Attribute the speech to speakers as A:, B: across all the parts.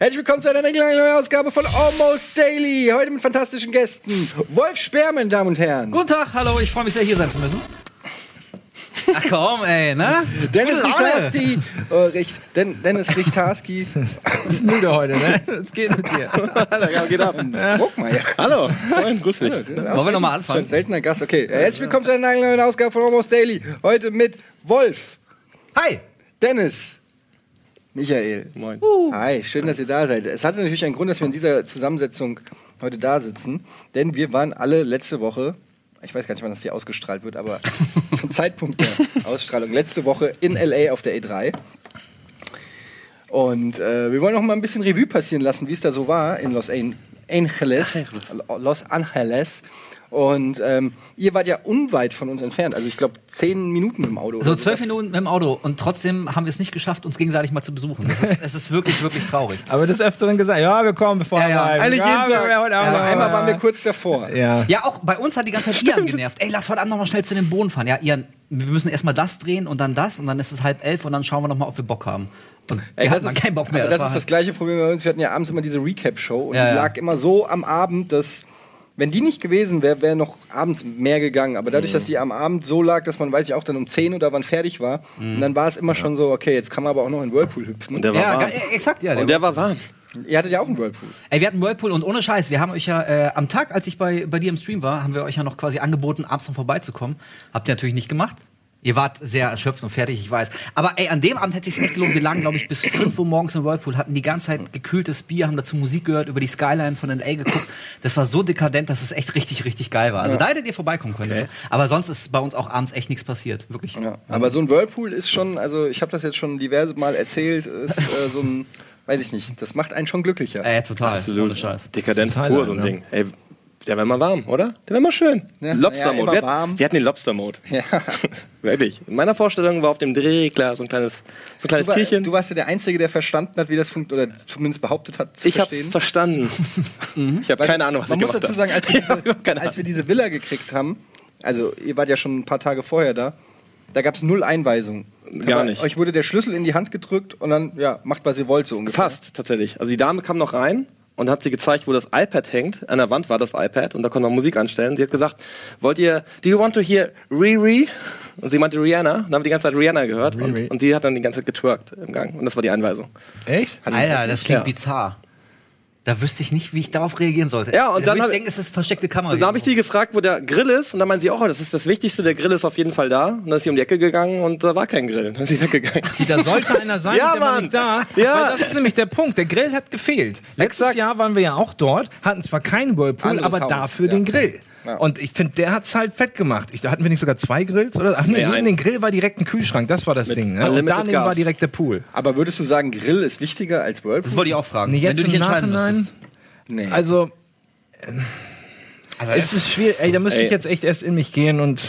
A: Herzlich willkommen zu einer neuen Ausgabe von Almost Daily. Heute mit fantastischen Gästen. Wolf Speer, meine Damen und Herren.
B: Guten Tag, hallo, ich freue mich sehr, hier sein zu müssen. Ach komm, ey, ne?
A: Dennis
B: Gute Laune.
A: Richtarski. Oh, Richt, Den, Dennis Richtarski.
C: bist müde heute, ne? Was geht mit dir?
A: ja, geht ab. Guck mal, ja.
D: Hallo, moin, grüß dich.
B: Wollen wir nochmal
A: Ein
B: anfangen?
A: seltener Gast, okay. Herzlich willkommen zu einer neuen Ausgabe von Almost Daily. Heute mit Wolf,
B: Hi!
A: Dennis, Michael. Uh.
D: Moin.
A: Hi, schön, dass ihr da seid. Es hatte natürlich einen Grund, dass wir in dieser Zusammensetzung heute da sitzen, denn wir waren alle letzte Woche, ich weiß gar nicht, wann das hier ausgestrahlt wird, aber zum Zeitpunkt der Ausstrahlung, letzte Woche in LA auf der E3. Und äh, wir wollen noch mal ein bisschen Revue passieren lassen, wie es da so war in Los An- Angeles. Los Angeles. Und ähm, ihr wart ja unweit von uns entfernt, also ich glaube zehn Minuten im Auto.
B: So
A: oder
B: zwölf
A: sowas.
B: Minuten mit dem Auto und trotzdem haben wir es nicht geschafft, uns gegenseitig mal zu besuchen. Das ist, es ist wirklich, wirklich traurig.
C: Aber des Öfteren gesagt, ja, wir kommen, bevor
B: Ja, ja.
C: wir
A: Alle jeden
C: ja,
A: Tag.
C: Wir, heute Abend
A: aber
C: noch
A: einmal
C: was.
A: waren wir kurz davor.
C: Ja.
B: Ja, auch bei uns hat die ganze Zeit Ian genervt. Ey, lass heute Abend nochmal schnell zu dem Boden fahren. Ja, Ian, wir müssen erstmal das drehen und dann das und dann ist es halb elf und dann schauen wir nochmal, ob wir Bock haben. Und wir hatten dann keinen Bock mehr.
A: aber Das,
B: war
A: ist das
B: halt-
A: gleiche Problem bei uns. Wir hatten ja abends immer diese Recap-Show und
B: Ja,
A: die
B: ja.
A: lag immer so am Abend, dass wenn die nicht gewesen wäre, wäre noch abends mehr gegangen. Aber
B: Mhm.
A: dadurch, dass die am Abend so lag, dass man, weiß ich auch, dann um 10 oder wann fertig war,
B: Mhm.
A: und dann war es immer schon so, okay, jetzt kann man aber auch noch in den Whirlpool hüpfen.
D: Der war
B: ja,
D: warm.
B: ge- exakt, ja.
D: Und der war warm.
A: Ihr hattet ja auch einen Whirlpool.
B: Ey, wir hatten Whirlpool und ohne Scheiß, wir haben euch ja äh, am Tag, als ich bei, bei dir im Stream war, haben wir euch ja noch quasi angeboten, abends noch vorbeizukommen. Habt ihr natürlich nicht gemacht. Ihr wart sehr erschöpft und fertig, ich weiß. Aber ey, an dem Abend hätte sich's echt gelohnt. Wir lagen, glaube ich, bis 5 Uhr morgens im Whirlpool, hatten die ganze Zeit gekühltes Bier, haben dazu Musik gehört, über die Skyline von L.A. geguckt. Das war so dekadent, dass es echt richtig, richtig geil war. Also da hättet ihr vorbeikommen können. Aber sonst ist bei uns auch abends echt nichts passiert. Wirklich.
A: Ja. Aber so ein Whirlpool ist schon, also ich habe das jetzt schon diverse Mal erzählt, ist äh, so ein, weiß ich nicht, das macht einen schon glücklicher.
B: Äh, total. Ohne
D: Absolut.
B: Scheiß.
D: Dekadenz
C: Das ist
D: pur, so ein
C: Highlight,
D: Ding. Ey, der war mal warm, oder? Der war mal schön.
A: Ja, ja, immer
D: Lobster-Mode. wir,
A: warm.
D: hatten- wir hatten den Lobster-Mode.
A: Ja.
D: Wirklich. In meiner Vorstellung war auf dem Drehglas so ein kleines, so ein kleines
A: Du, war,
D: Tierchen.
A: du warst ja der Einzige, der verstanden hat, wie das funktioniert, oder zumindest behauptet hat, zu
D: ich hab's
A: verstehen. Mhm.
D: verstanden. Ich habe keine Ahnung, was
A: Man
D: ich
A: muss
D: gemacht
A: dazu
D: hab.
A: sagen, als wir,
D: Ja, ich hab
A: diese,
D: keine
A: als wir
D: Ahnung.
A: diese Villa gekriegt haben, also ihr wart ja schon ein paar Tage vorher da, da gab es null Einweisungen.
D: Gar
A: Aber
D: nicht.
A: Euch wurde der Schlüssel in die Hand gedrückt und dann, ja, macht, was ihr wollt, so ungefähr.
D: Fast, tatsächlich. Also die Dame kam noch rein und hat sie gezeigt, wo das iPad hängt. An der Wand war das iPad und da konnte man Musik anstellen. Sie hat gesagt, wollt ihr, do you want to hear Riri? Und sie meinte Rihanna. Und dann haben wir die ganze Zeit Rihanna gehört
C: Riri.
D: und, und sie hat dann die ganze Zeit getwerkt im Gang. Und das war die Einweisung.
C: Echt?
B: Alter, das klingt
D: Also, äh, Ja.
B: bizarr. Da wüsste ich nicht, wie ich darauf reagieren sollte.
D: Ja, und
B: da
D: dann
B: würde
D: hab-
B: ich denken, es ist versteckte Kamera.
D: Dann habe ich die gefragt, wo der Grill ist und dann meinte sie, oh, das ist das Wichtigste, der Grill ist auf jeden Fall da. Und dann ist sie um die Ecke gegangen und da war kein Grill. Dann ist sie weggegangen.
C: Da sollte einer sein,
D: Ja,
C: der war
D: Mann.
C: nicht da.
D: Ja.
C: Weil das ist nämlich der Punkt. Der Grill hat gefehlt. Letztes
D: Exakt.
C: Jahr waren wir ja auch dort, hatten zwar keinen Whirlpool,
A: Anderes
C: aber
A: Haus,
C: dafür
A: ja.
C: den Grill.
A: Ja.
C: Und ich finde, der hat's halt fett gemacht. Ich, da hatten wir nicht sogar zwei Grills? Oder? Ach nee,
D: Nee,
C: neben
D: einen.
C: den Grill war direkt ein Kühlschrank. Das war das
D: Mit
C: Ding. Ne? Und
D: Unlimited
C: daneben
D: Gas.
C: war direkt der Pool.
A: Aber würdest du sagen, Grill ist wichtiger als
B: das
A: Whirlpool?
B: wollte ich auch fragen.
C: Nee,
B: Wenn
C: jetzt
B: du dich
C: im
B: entscheiden
C: Nachhinein-
B: müsstest.
A: Nee.
C: Also,
B: Also,
C: Es ist schwierig, ey, da müsste
D: Ey.
C: ich jetzt echt erst in mich gehen und.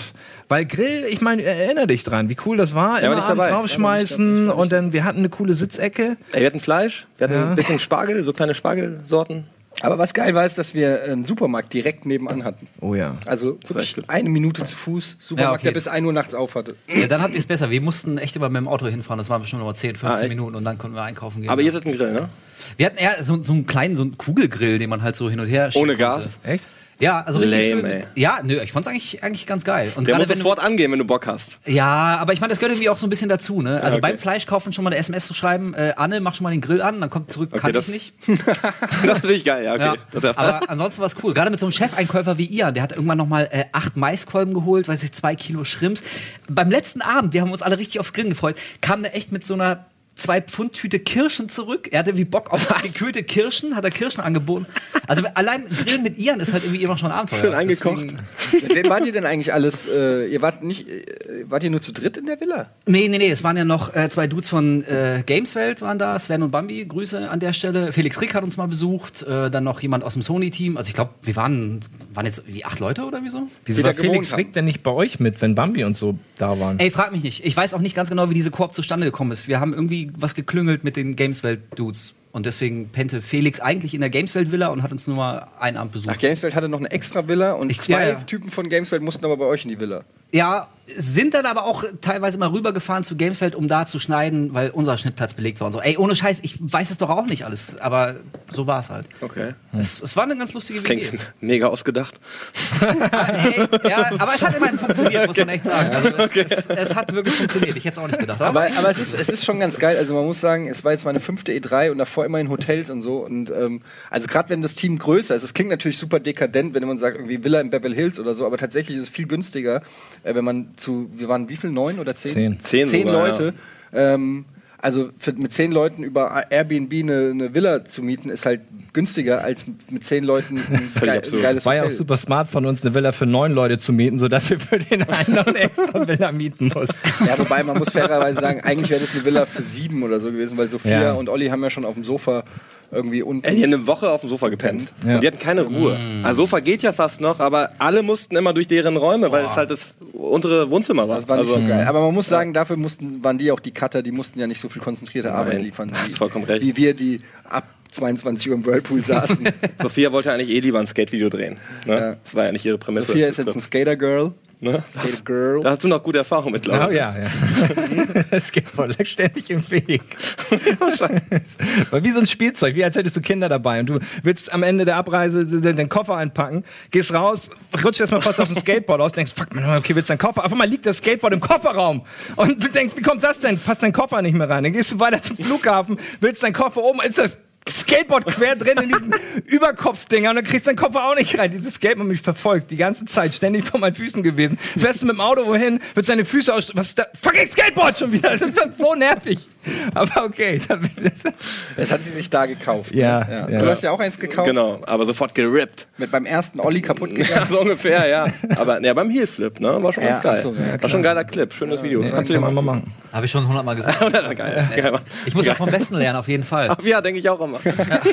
C: Weil Grill, ich meine, erinnere dich dran, wie cool das war.
D: war
C: Immer
D: nicht
C: abends
D: dabei.
C: raufschmeißen und dann, wir hatten eine coole Sitzecke.
D: Ey, wir hatten Fleisch, wir hatten
C: Ja.
D: ein bisschen Spargel, so kleine Spargelsorten.
A: aber was geil war, ist, dass wir einen Supermarkt direkt nebenan hatten.
C: Oh ja.
A: Also wirklich
D: echt gut.
A: eine Minute zu Fuß, Supermarkt,
B: Ja, okay.
A: der bis 1 Uhr nachts auf hatte.
B: ja, dann habt ihr es besser. Wir mussten echt immer mit dem Auto hinfahren. Das waren bestimmt noch mal 10, 15
D: echt?
B: Minuten und dann konnten wir einkaufen gehen.
D: Aber ihr hattet einen Grill, ne?
B: wir hatten eher so, so einen kleinen, so einen Kugelgrill, den man halt so hin und her schiebt.
D: Ohne Gas.
C: Echt?
B: Ja, also richtig
D: Lame,
B: schön.
D: ey.
B: Ja, nö, ich fand's eigentlich, eigentlich ganz geil. Und
D: Der
B: gerade
D: muss
B: wenn du-
D: sofort angehen, wenn du Bock hast.
B: Ja, aber ich meine, das gehört irgendwie auch so ein bisschen dazu, ne? Also
D: okay.
B: beim Fleischkaufen schon mal eine SMS zu schreiben, äh, Anne, mach schon mal den Grill an, dann kommt zurück, kann ich
D: das-
B: nicht.
D: Das finde ich geil, ja, okay.
B: Ja.
D: Das ist ja
B: Aber ansonsten war es cool. Gerade mit so einem Chefeinkäufer wie ihr, der hat irgendwann nochmal äh, acht Maiskolben geholt, weiß ich, zwei Kilo Schrimps. Beim letzten Abend, wir haben uns alle richtig aufs Grillen gefreut, kam der echt mit so einer zwei Pfund Tüte Kirschen zurück. Er hatte wie Bock auf gekühlte Kirschen, hat er Kirschen angeboten. Also allein Grillen mit Ian ist halt irgendwie immer schon ein Abenteuer.
D: schön eingekocht.
A: Mit wem wart ihr denn eigentlich alles? Äh, ihr wart nicht, äh, wart ihr nur zu dritt in der Villa?
B: Nee, nee, nee, es waren ja noch äh, zwei Dudes von äh, Gameswelt waren da, Sven und Bambi, Grüße an der Stelle. Felix Rick hat uns mal besucht, äh, dann noch jemand aus dem Sony-Team. Also ich glaube, wir waren, waren jetzt wie acht Leute oder wieso?
C: Wieso
A: Die da
C: war
A: gewohnt
C: Felix
A: haben.
C: Rick denn nicht bei euch mit, wenn Bambi und so da waren?
B: Ey, frag mich nicht. Ich weiß auch nicht ganz genau, wie diese Koop zustande gekommen ist. Wir haben irgendwie was geklüngelt mit den Gameswelt-Dudes. Und deswegen pennte Felix eigentlich in der Gameswelt-Villa und hat uns nur mal einen Abend besucht.
A: Ach, Gamesfeld hatte noch eine extra Villa und
B: Ich-
A: zwei
B: ja, ja.
A: Typen von Gamesfeld mussten aber bei euch in die Villa.
B: Ja, sind dann aber auch teilweise mal rübergefahren zu Gamesfeld, um da zu schneiden, weil unser Schnittplatz belegt war und so. Ey, ohne Scheiß, ich weiß es doch auch nicht alles, aber so war es halt.
D: Okay.
B: Es, es war eine ganz lustige
D: Das klingt mega ausgedacht.
B: Ey, ja, aber es hat immerhin funktioniert, muss man echt sagen. Also es, es, es hat wirklich funktioniert, ich hätte es auch nicht gedacht. Aber,
A: Aber, aber es, ist, es ist schon ganz geil. Also man muss sagen, es war jetzt meine fünfte E3 und davor immer in Hotels und so. Und ähm, also gerade wenn das Team größer ist, es klingt natürlich super dekadent, wenn man sagt, irgendwie Villa in Beverly Hills oder so, aber tatsächlich ist es viel günstiger, äh, wenn man zu, wir waren wie viel, neun oder zehn?
C: Zehn.
D: Zehn
A: zehn
D: sogar,
A: Leute. Ähm, also für, mit zehn Leuten über Airbnb eine, eine Villa zu mieten, ist halt günstiger als mit zehn Leuten ein, ge
D: absurd.
A: ein geiles
C: War ja auch
A: Hotel.
C: super smart von uns, eine Villa für neun Leute zu mieten, sodass wir für den einen noch eine extra Villa mieten mussten.
A: Ja, wobei man muss fairerweise sagen, eigentlich wäre das eine Villa für sieben oder so gewesen, weil Sophia
C: Ja.
A: und Olli haben ja schon auf dem Sofa irgendwie unten.
D: Ey, die haben eine Woche auf dem Sofa gepennt.
C: Ja.
D: Und die hatten keine Ruhe.
A: Mm.
D: Also Sofa geht ja fast noch, aber alle mussten immer durch deren Räume, weil es halt das untere Wohnzimmer war.
A: Das war nicht
D: also,
A: so geil. Aber man muss sagen, dafür mussten, waren die auch die Cutter, die mussten ja nicht so viel konzentrierte Arbeit liefern.
D: hast
A: wie-
D: vollkommen recht.
A: Wie wir, die ab 22 Uhr im Whirlpool saßen.
D: Sophia wollte eigentlich eh lieber ein Skate-Video drehen. Ne? Das war ja nicht ihre Prämisse.
A: Sophia ist jetzt ein Skater-Girl.
D: ne? das,
A: Skater-Girl.
D: Da hast du noch gute Erfahrung mit,
C: Oh
D: glaube ich.
C: ja, ja. Es geht voll ständig im Weg. Weil wie so ein Spielzeug, wie als hättest du Kinder dabei und du willst am Ende der Abreise den, den Koffer einpacken, gehst raus, rutscht erstmal fast auf dem Skateboard aus, denkst, fuck, Mann, okay, willst dein Koffer? Auf einmal liegt das Skateboard im Kofferraum und du denkst, wie kommt das denn? Passt dein Koffer nicht mehr rein. Dann gehst du weiter zum Flughafen, willst dein Koffer oben, ist das Skateboard quer drin in diesen Überkopfdinger und dann kriegst du deinen Koffer auch nicht rein. Dieses Skateboard hat mich verfolgt, die ganze Zeit, ständig vor meinen Füßen gewesen. Fährst du mit dem Auto wohin, wird seine Füße aus. Was ist da? Fucking Skateboard schon wieder! Das ist dann so nervig. Aber okay. dann-
A: Das hat sie sich da gekauft. ne?
C: Ja, ja.
A: Du hast ja auch eins gekauft.
D: Genau, aber sofort gerippt.
A: Mit beim ersten Olli kaputt gegangen.
D: Ja, so ungefähr, ja. Aber ja, beim Heelflip, ne? War schon
A: Ja,
D: ganz geil.
A: ach so, ja,
D: war schon ein geiler Clip, schönes Video. Kannst du dir mal machen.
C: machen.
B: Habe ich schon hundertmal gesagt.
D: geil. geil. Mann.
B: Ich muss auch vom Besten lernen, auf jeden Fall.
D: Ja, denke ich auch immer.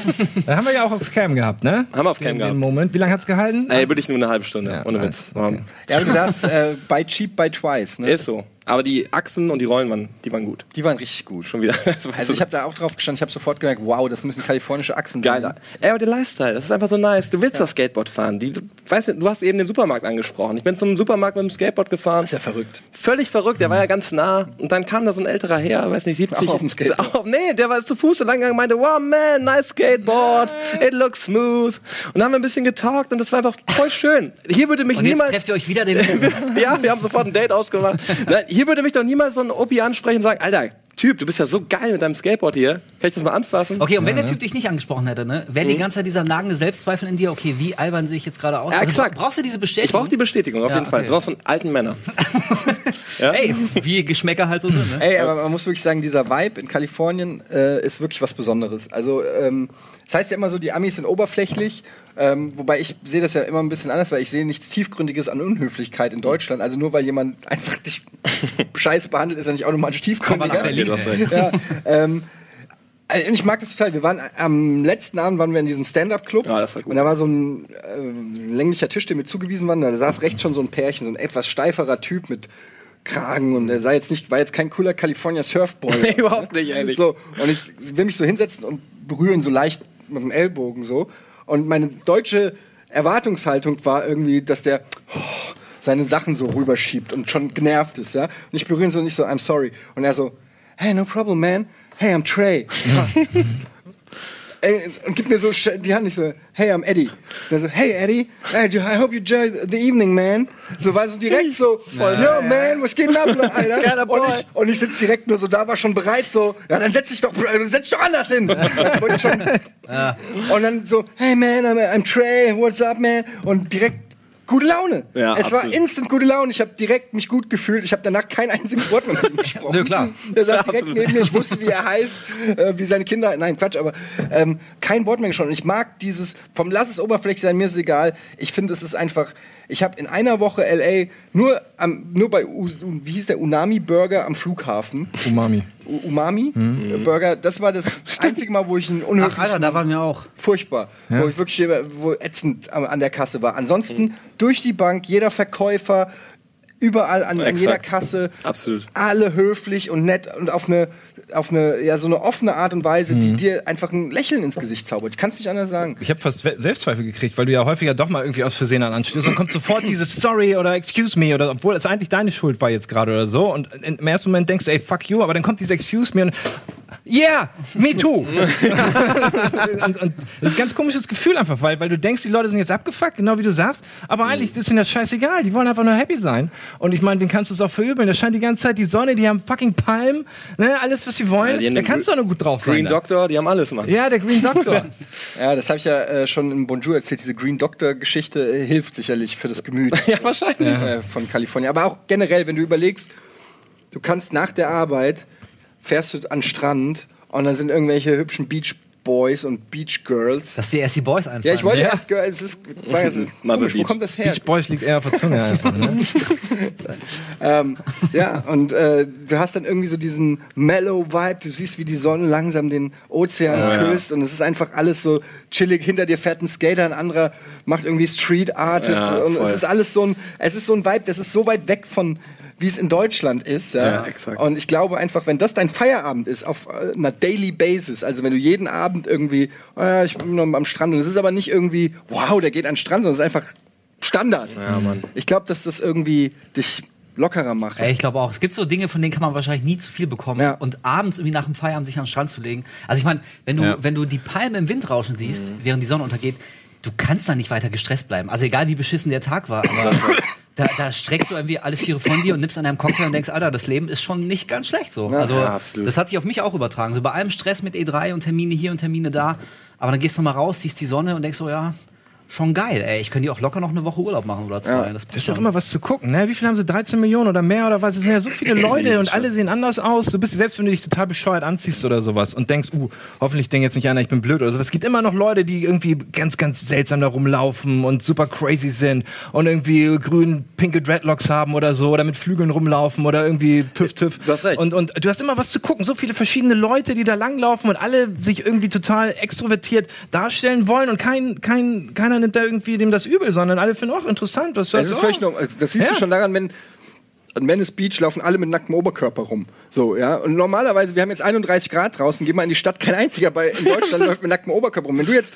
C: Da haben wir ja auch auf Cam gehabt, ne?
D: Haben wir auf Cam
C: Den-
D: gehabt.
C: Den Moment. Wie lange hat's gehalten?
D: Ey, bin ich nur eine halbe Stunde,
C: Ja,
D: ohne
C: alles,
D: Witz. Ähm,
C: okay.
A: Ja, aber du sagst, äh, by cheap, by twice. Ne?
D: Ist so. Aber die Achsen und die Rollen waren, die waren gut.
A: Die waren richtig gut.
D: Schon wieder. Das war
A: Also
D: so
A: ich habe da auch drauf gestanden, ich habe sofort gemerkt, wow, das müssen kalifornische Achsen
D: geil. Ey, aber der Lifestyle, das ist einfach so nice. Du willst das Skateboard fahren. Die, du- weißt du, du hast eben den Supermarkt angesprochen. Ich bin zum Supermarkt mit dem Skateboard gefahren.
A: Ist ja verrückt.
D: Völlig verrückt, der war ja ganz nah. Und dann kam da so ein älterer her, weiß nicht, 70.
A: Auch auf dem Skateboard.
D: Ist Auch, nee, der war zu Fuß lang gegangen und meinte, wow, man, nice Skateboard. It looks smooth. Und dann haben wir ein bisschen getalkt und das war einfach voll schön. Hier würde mich
B: Und jetzt
D: niemals...
B: trefft ihr euch wieder den.
D: Ja, wir haben sofort ein Date ausgemacht. Nein, hier würde mich doch niemals so ein Opi ansprechen und sagen, Alter, Typ, du bist ja so geil mit deinem Skateboard hier. Kann ich das mal anfassen?
B: Okay, und wenn der Typ dich nicht angesprochen hätte, ne, wäre die ganze Zeit dieser nagende Selbstzweifel in dir, okay, wie albern sehe ich jetzt gerade aus?
D: Mhm. Ja,
B: Also,
D: exakt.
B: Brauchst du diese
D: Ich
B: Bestätigung?
D: brauche die Bestätigung, auf
B: Ja,
D: jeden Fall.
B: okay.
D: Besonders von alten Männern.
B: Ey, wie Geschmäcker halt so sind, ne?
A: Ey, aber man muss wirklich sagen, dieser Vibe in Kalifornien äh, ist wirklich was Besonderes. Also, ähm, das heißt ja immer so, die Amis sind oberflächlich, ähm, wobei ich sehe das ja immer ein bisschen anders, weil ich sehe nichts Tiefgründiges an Unhöflichkeit in Deutschland. Also nur weil jemand einfach dich scheiße behandelt, ist er nicht automatisch
B: mal nach
A: tiefgründiger.
B: Berlin.
D: hast recht.
A: ja, ähm, also ich mag das total. Wir waren am letzten Abend waren wir in diesem Stand-up-Club
D: Ja, Ah, das war gut.
A: und da war so ein äh, länglicher Tisch, der mir zugewiesen war. Und da saß rechts schon so ein Pärchen, so ein etwas steiferer Typ mit Kragen und der sah jetzt nicht, war jetzt kein cooler California Surfboy.
D: Nee, überhaupt nicht, eigentlich.
A: So und ich will mich so hinsetzen und berühren so leicht mit dem Ellbogen so und meine deutsche Erwartungshaltung war irgendwie, dass der oh, seine Sachen so rüberschiebt und schon genervt ist, ja. Und ich berühre ihn so nicht so, I'm sorry. Und er so, hey, no problem, man. Hey, I'm Trey. Ey, und gibt mir so sch- die Hand nicht so, hey, I'm Eddie. Und er so, hey, Eddie, hey, you- I hope you enjoy the evening, man. So war so direkt so, yo, man, was geht denn ab, Alter?
D: Geiler
A: und
D: Boy.
A: ich, und ich sitze direkt nur so da, war schon bereit, so, ja, dann setz dich doch, dann setz dich doch anders hin. Das wollte ich schon. Und dann so, hey, man, I'm, I'm Trey, what's up, man? Und direkt gute Laune.
D: Ja,
A: es war
D: absolut.
A: instant gute Laune. Ich habe direkt mich gut gefühlt. Ich habe danach kein einziges Wort mehr mit ihm gesprochen.
B: Nö, klar.
A: Der saß direkt
D: Absolut.
A: neben mir, ich wusste, wie er heißt, äh, wie seine Kinder. Nein, Quatsch, aber ähm, kein Wort mehr gesprochen. Und ich mag dieses, vom Lass es oberflächlich sein, mir ist es egal. Ich finde, es ist einfach, ich habe in einer Woche L.A. nur, am, nur bei, U, U- wie hieß der, Unami Burger am Flughafen,
C: Umami.
A: U, Umami äh, Burger, das war das einzige Mal, wo ich einen
B: Hm. Ach,
A: unhöflichen
B: Alter, da waren wir auch.
A: furchtbar, wo ich wirklich
D: Mhm.
A: wo ätzend am- an der Kasse war. Ansonsten durch die Bank, jeder Verkäufer überall an, an
D: Exakt.
A: jeder Kasse.
D: Absolut.
A: Alle höflich und nett und auf eine, auf eine, ja, so eine offene Art und Weise, die dir einfach ein Lächeln ins Gesicht zaubert. Ich kann es nicht anders sagen.
C: Ich habe fast We- Selbstzweifel gekriegt, weil du ja häufiger doch mal irgendwie aus Versehen an anstößt und kommt sofort dieses Sorry oder Excuse me oder obwohl es eigentlich deine Schuld war jetzt gerade oder so und in- im ersten Moment denkst du, ey, fuck you, aber dann kommt dieses Excuse me und Yeah, me too. und, und das ist ein ganz komisches Gefühl einfach, weil, weil du denkst, die Leute sind jetzt abgefuckt, genau wie du sagst, aber
D: Mhm.
C: eigentlich ist ihnen das scheißegal, die wollen einfach nur happy sein. Und ich meine, wen kannst du es auch verübeln? Da scheint die ganze Zeit die Sonne, die haben fucking Palmen, ne, alles, was sie wollen,
D: die haben
C: da
D: den
C: kannst du doch nur gut drauf sein.
D: Green
C: da.
D: Doctor, die haben alles, Mann.
C: Ja, der Green Doctor.
A: Ja, das habe ich ja äh, schon in Bonjour erzählt. Diese Green Doctor-Geschichte äh, hilft sicherlich für das Gemüt. ja, wahrscheinlich. Äh, von Kalifornien. Aber auch generell, wenn du überlegst, du kannst nach der Arbeit, fährst du an den Strand und dann sind irgendwelche hübschen Beach Boys und Beach Girls.
B: Dass dir erst die Boys ne? einfallen.
A: Ja, ich wollte
C: Ja.
A: erst Girls. Es ist, war, es ist
D: Mal so
A: komisch, wo
D: Beach.
A: kommt das her?
C: Beach Boys liegt eher auf der Zunge einfach. Ne?
A: Ähm, ja, und äh, du hast dann irgendwie so diesen mellow Vibe. Du siehst, wie die Sonne langsam den Ozean küsst und es ist einfach alles so chillig. Hinter dir fährt ein Skater, ein anderer macht irgendwie Street Artist
D: Ja,
A: und
D: voll.
A: es ist alles so ein, es ist so ein Vibe, das ist so weit weg von wie es in Deutschland ist. Ja.
D: Ja, exakt.
A: Und ich glaube einfach, wenn das dein Feierabend ist, auf äh, einer Daily Basis, also wenn du jeden Abend irgendwie, oh ja, ich bin noch am Strand und es ist aber nicht irgendwie, wow, der geht an den Strand, sondern es ist einfach Standard.
D: Ja, Mann.
A: Ich glaube, dass das irgendwie dich lockerer macht.
B: Ey, ich glaube auch. Es gibt so Dinge, von denen kann man wahrscheinlich nie zu viel bekommen.
A: Ja.
B: Und abends irgendwie nach dem Feierabend sich an den Strand zu legen. Also ich meine, wenn du,
C: Ja.
B: wenn du die Palmen im Wind rauschen siehst,
D: Mhm.
B: während die Sonne untergeht, du kannst da nicht weiter gestresst bleiben. Also egal wie beschissen der Tag war, aber da, da streckst du irgendwie alle Viere von dir und nimmst an einem Cocktail und denkst, Alter, das Leben ist schon nicht ganz schlecht so. also
D: ja, absolut.
B: das hat sich auf mich auch übertragen. So bei allem Stress mit E3 und Termine hier und Termine da. Aber dann gehst du mal raus, siehst die Sonne und denkst so, ja, schon geil, ey. Ich könnte dir auch locker noch eine Woche Urlaub machen oder zwei. Das passt
C: Das ist doch
B: schon.
C: immer was zu gucken, ne? Wie viel haben sie? 13 Millionen oder mehr oder was? Es sind ja so viele Leute und alle sehen anders aus. Du bist, selbst wenn du dich total bescheuert anziehst oder sowas und denkst, uh, hoffentlich denkt jetzt nicht einer, ich bin blöd oder sowas. Es gibt immer noch Leute, die irgendwie ganz, ganz seltsam da rumlaufen und super crazy sind und irgendwie grün, pinke Dreadlocks haben oder so oder mit Flügeln rumlaufen oder irgendwie tüff, tüff.
D: Du hast recht.
C: Und, und du hast immer was zu gucken. So viele verschiedene Leute, die da langlaufen und alle sich irgendwie total extrovertiert darstellen wollen und kein, kein, keiner nimmt da irgendwie dem das übel, sondern alle finden auch interessant, was du
A: Es ist völlig normal. Das siehst
C: Ja.
A: du schon daran, wenn an Venice Beach laufen alle mit nacktem Oberkörper rum. So, ja. Und normalerweise, wir haben jetzt 31 Grad draußen, geh mal in die Stadt, kein einziger bei in Deutschland läuft mit nacktem Oberkörper rum. Wenn du jetzt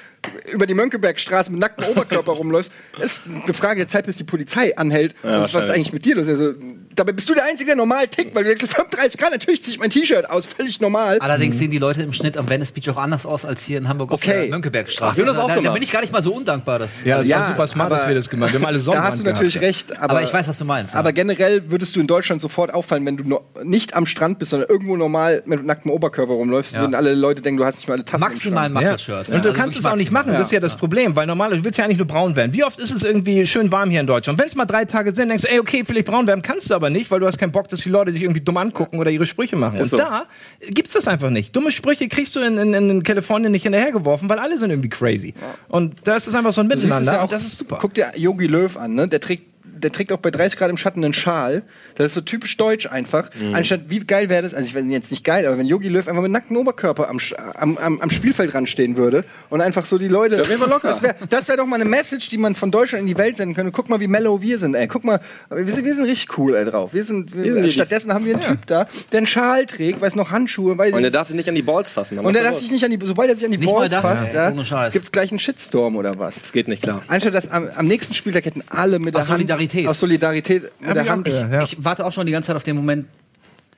A: über die Mönckebergstraße mit nacktem Oberkörper rumläufst, ist eine Frage der Zeit, bis die Polizei anhält. Also,
D: Ja,
A: was, was ist
D: wahrscheinlich.
A: eigentlich mit dir los? Also, dabei bist du der Einzige, der normal tickt, weil du denkst, 35 Grad, natürlich ziehe ich mein T-Shirt aus, völlig normal.
B: Allerdings sehen die Leute im Schnitt am Venice Beach auch anders aus als hier in Hamburg auf
A: Okay.
B: der Mönckebergstraße. Also,
D: Jonas auch
B: da, da
D: gemacht.
B: bin ich gar nicht mal so undankbar. Dass, also,
C: Ja, das
A: Ja,
C: war super smart, dass
A: aber
C: wir das gemacht haben. Wir haben alle
A: Da
C: Sonnenbrand
A: hast du natürlich
C: gehabt.
A: recht. Aber,
B: aber ich weiß, was du meinst. ja.
A: Aber generell würdest du in Deutschland sofort auffallen, wenn du no nicht am Strand bist, sondern irgendwo normal mit nacktem Oberkörper rumläufst,
B: Ja.
A: würden alle Leute denken, du hast nicht mal alle Tassen. im
B: maximal Also ein
A: Schrank.
B: Muscle-Shirt.
C: Und du kannst es auch nicht machen, das ist ja das Problem, weil normalerweise du willst ja eigentlich nur braun werden. Wie oft ist es irgendwie schön warm hier in Deutschland? Wenn es mal drei Tage sind, denkst du, ey, okay, vielleicht braun werden kannst du aber nicht, weil du hast keinen Bock, dass die Leute dich irgendwie dumm angucken oder ihre Sprüche machen. Und
D: so.
C: da gibt's das einfach nicht. Dumme Sprüche kriegst du in, in, in Kalifornien nicht hinterhergeworfen, weil alle sind irgendwie crazy. Und da ist es einfach so ein
A: Du siehst es
C: Miteinander.
A: ja auch,
C: und das ist super.
A: Guck dir Yogi Löw an, ne? Der trägt der trägt auch bei 30 Grad im Schatten einen Schal. Das ist so typisch deutsch einfach. Anstatt, wie geil wäre das, also ich finde ihn jetzt nicht geil, aber wenn Yogi Löw einfach mit nacktem Oberkörper am, Sch- am, am, am Spielfeldrand stehen würde und einfach so die Leute.
D: auf jeden Fall locker.
A: Das wäre das wär doch mal eine Message, die man von Deutschland in die Welt senden könnte. Guck mal, wie mellow wir sind, ey. Guck mal, wir sind, wir sind richtig cool, ey, drauf. Wir sind, wir
D: sind die-
A: stattdessen haben wir einen Typ da, der einen Schal trägt, weiß noch Handschuhe, weiß
D: Und er
A: nicht.
D: darf sich nicht an die Balls fassen. Mann.
A: Und
D: Was
A: er
D: ist
A: darf
D: los?
A: sich nicht an die, sobald er sich an die
B: Nicht mal
A: Balls
B: das,
A: fasst,
B: ey.
A: ja,
B: Ohne Scheiß.
A: gibt's gleich einen Shitstorm oder was.
D: Das geht nicht klar.
A: Anstatt dass am, am nächsten Spieltag hätten alle mit der
B: Aus
A: Hand.
B: Solidarität.
A: Aus Solidarität mit der
C: ich auch
A: Hand.
C: gehört. Ja.
B: Ich warte auch schon die ganze Zeit auf den Moment,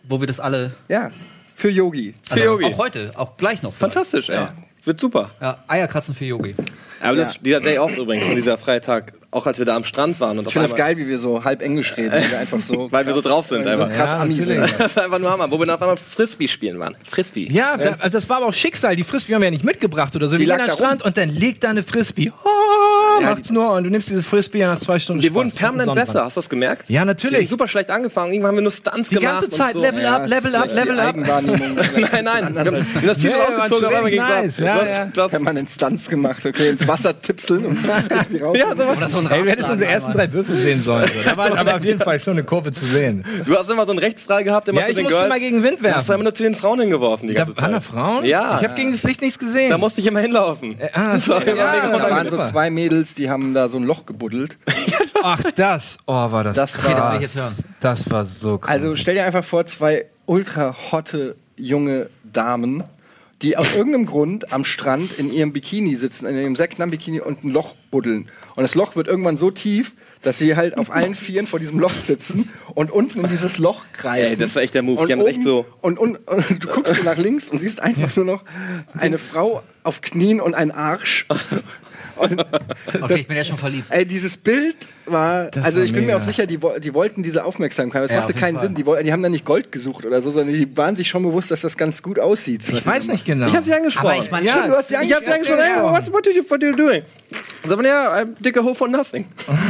B: wo wir das alle.
A: Ja, für Yogi.
B: Also
D: Yogi.
B: Auch heute, auch gleich noch.
D: Fantastisch, ey. Wird super.
B: Ja, Eierkratzen für Yogi.
D: Aber das, dieser Day off übrigens, dieser Freitag, auch als wir da am Strand waren und
A: Ich finde das geil, wie wir so halb Englisch reden. weil wir einfach so
D: weil wir so drauf sind
A: so
D: einfach.
A: krass Ami sind.
D: Das war einfach nur Hammer, wo wir dann auf einmal Frisbee spielen waren. Frisbee.
C: Ja, da- also das war aber auch Schicksal. Die Frisbee haben wir ja nicht mitgebracht oder so.
A: Die
C: wir
A: lag
C: gehen an den
A: da rum.
C: Strand und dann liegt da eine Frisbee. Oh,
A: Ja,
C: macht's nur. Und du nimmst diese Frisbee und hast zwei Stunden
D: Wir wurden
C: Spaß.
D: permanent
C: Sonnenbrand.
D: besser, hast du das gemerkt?
C: Ja,
D: Wir haben
C: natürlich.
D: super schlecht angefangen, irgendwann haben wir nur Stunts
C: Die
D: gemacht.
C: ganze Zeit
D: und so.
C: Level
A: Ja,
C: up, Level up,
A: vielleicht die
C: Level up.
A: Eigenwahrnehmung vielleicht
D: Nein, nein, wir haben wir haben das T-Shirt
C: Nee, war
D: ausgezogen, auf einmal
C: schon
D: ging's ab.
C: nice, ja,
D: du hast,
C: ja.
D: Du hast,
A: permanent Stunts gemacht. Okay, ins Wasser tipseln und Frisbee raus.
D: ja, sowas.
B: Oder so ein
C: Ey, du hättest
B: Ratschlag
C: unsere ersten
B: einmal.
C: drei Würfel sehen sollen. Da war aber auf jeden Fall schon eine Kurve zu sehen.
D: du hast immer so einen Rechtsstrahl gehabt, immer
C: Ja,
D: zu
C: ich
D: den
C: musste
D: Girls.
C: mal gegen Wind
D: Du hast
C: werfen.
D: immer nur zu den Frauen hingeworfen die
C: Da
D: ganze
C: waren da
D: Zeit.
C: Frauen?
D: Ja.
C: Ich habe gegen das Licht nichts gesehen.
D: Da musste ich immer hinlaufen.
C: ah,
D: Das war immer mega
C: ja, da
A: Da waren
D: unangenehm.
A: so zwei Mädels, die haben da so ein Loch gebuddelt.
C: Ach, das. Oh, war das.
A: Das
C: krass.
A: war-
B: das will ich jetzt hören.
C: Das war so krass.
A: Also stell dir einfach vor, zwei ultra hotte junge Damen, die aus irgendeinem Grund am Strand in ihrem Bikini sitzen, in ihrem seknamen Bikini und ein Loch buddeln. Und das Loch wird irgendwann so tief, dass sie halt auf allen Vieren vor diesem Loch sitzen und unten in dieses Loch greifen.
D: Ey, das war echt der Move.
A: Und
D: Die haben das echt
A: oben-
D: so-
A: Und, und, und du guckst so nach links und siehst einfach nur noch eine Frau auf Knien und einen Arsch. Und
B: Okay, ich bin ja schon verliebt.
A: Ey, dieses Bild war,
C: Das
A: also
C: war
A: ich bin mir
C: mega.
A: auch sicher, die, wo- die wollten diese Aufmerksamkeit. Das
B: Ja, auf
A: machte
B: jeden
A: keinen
B: Fall.
A: Sinn. Die, woll- die haben da nicht Gold gesucht oder so, sondern die waren sich schon bewusst, dass das ganz gut aussieht.
C: ich weiß nicht genau.
D: Ich hab sie angesprochen.
B: Aber ich meine,
C: Ja.
A: du hast sie
D: ich hab sie
A: angesprochen.
D: angesprochen. Hey,
C: Ja.
D: what, what, are you, what are you doing? Und sagt man, ja, I'm dicke Ho for nothing.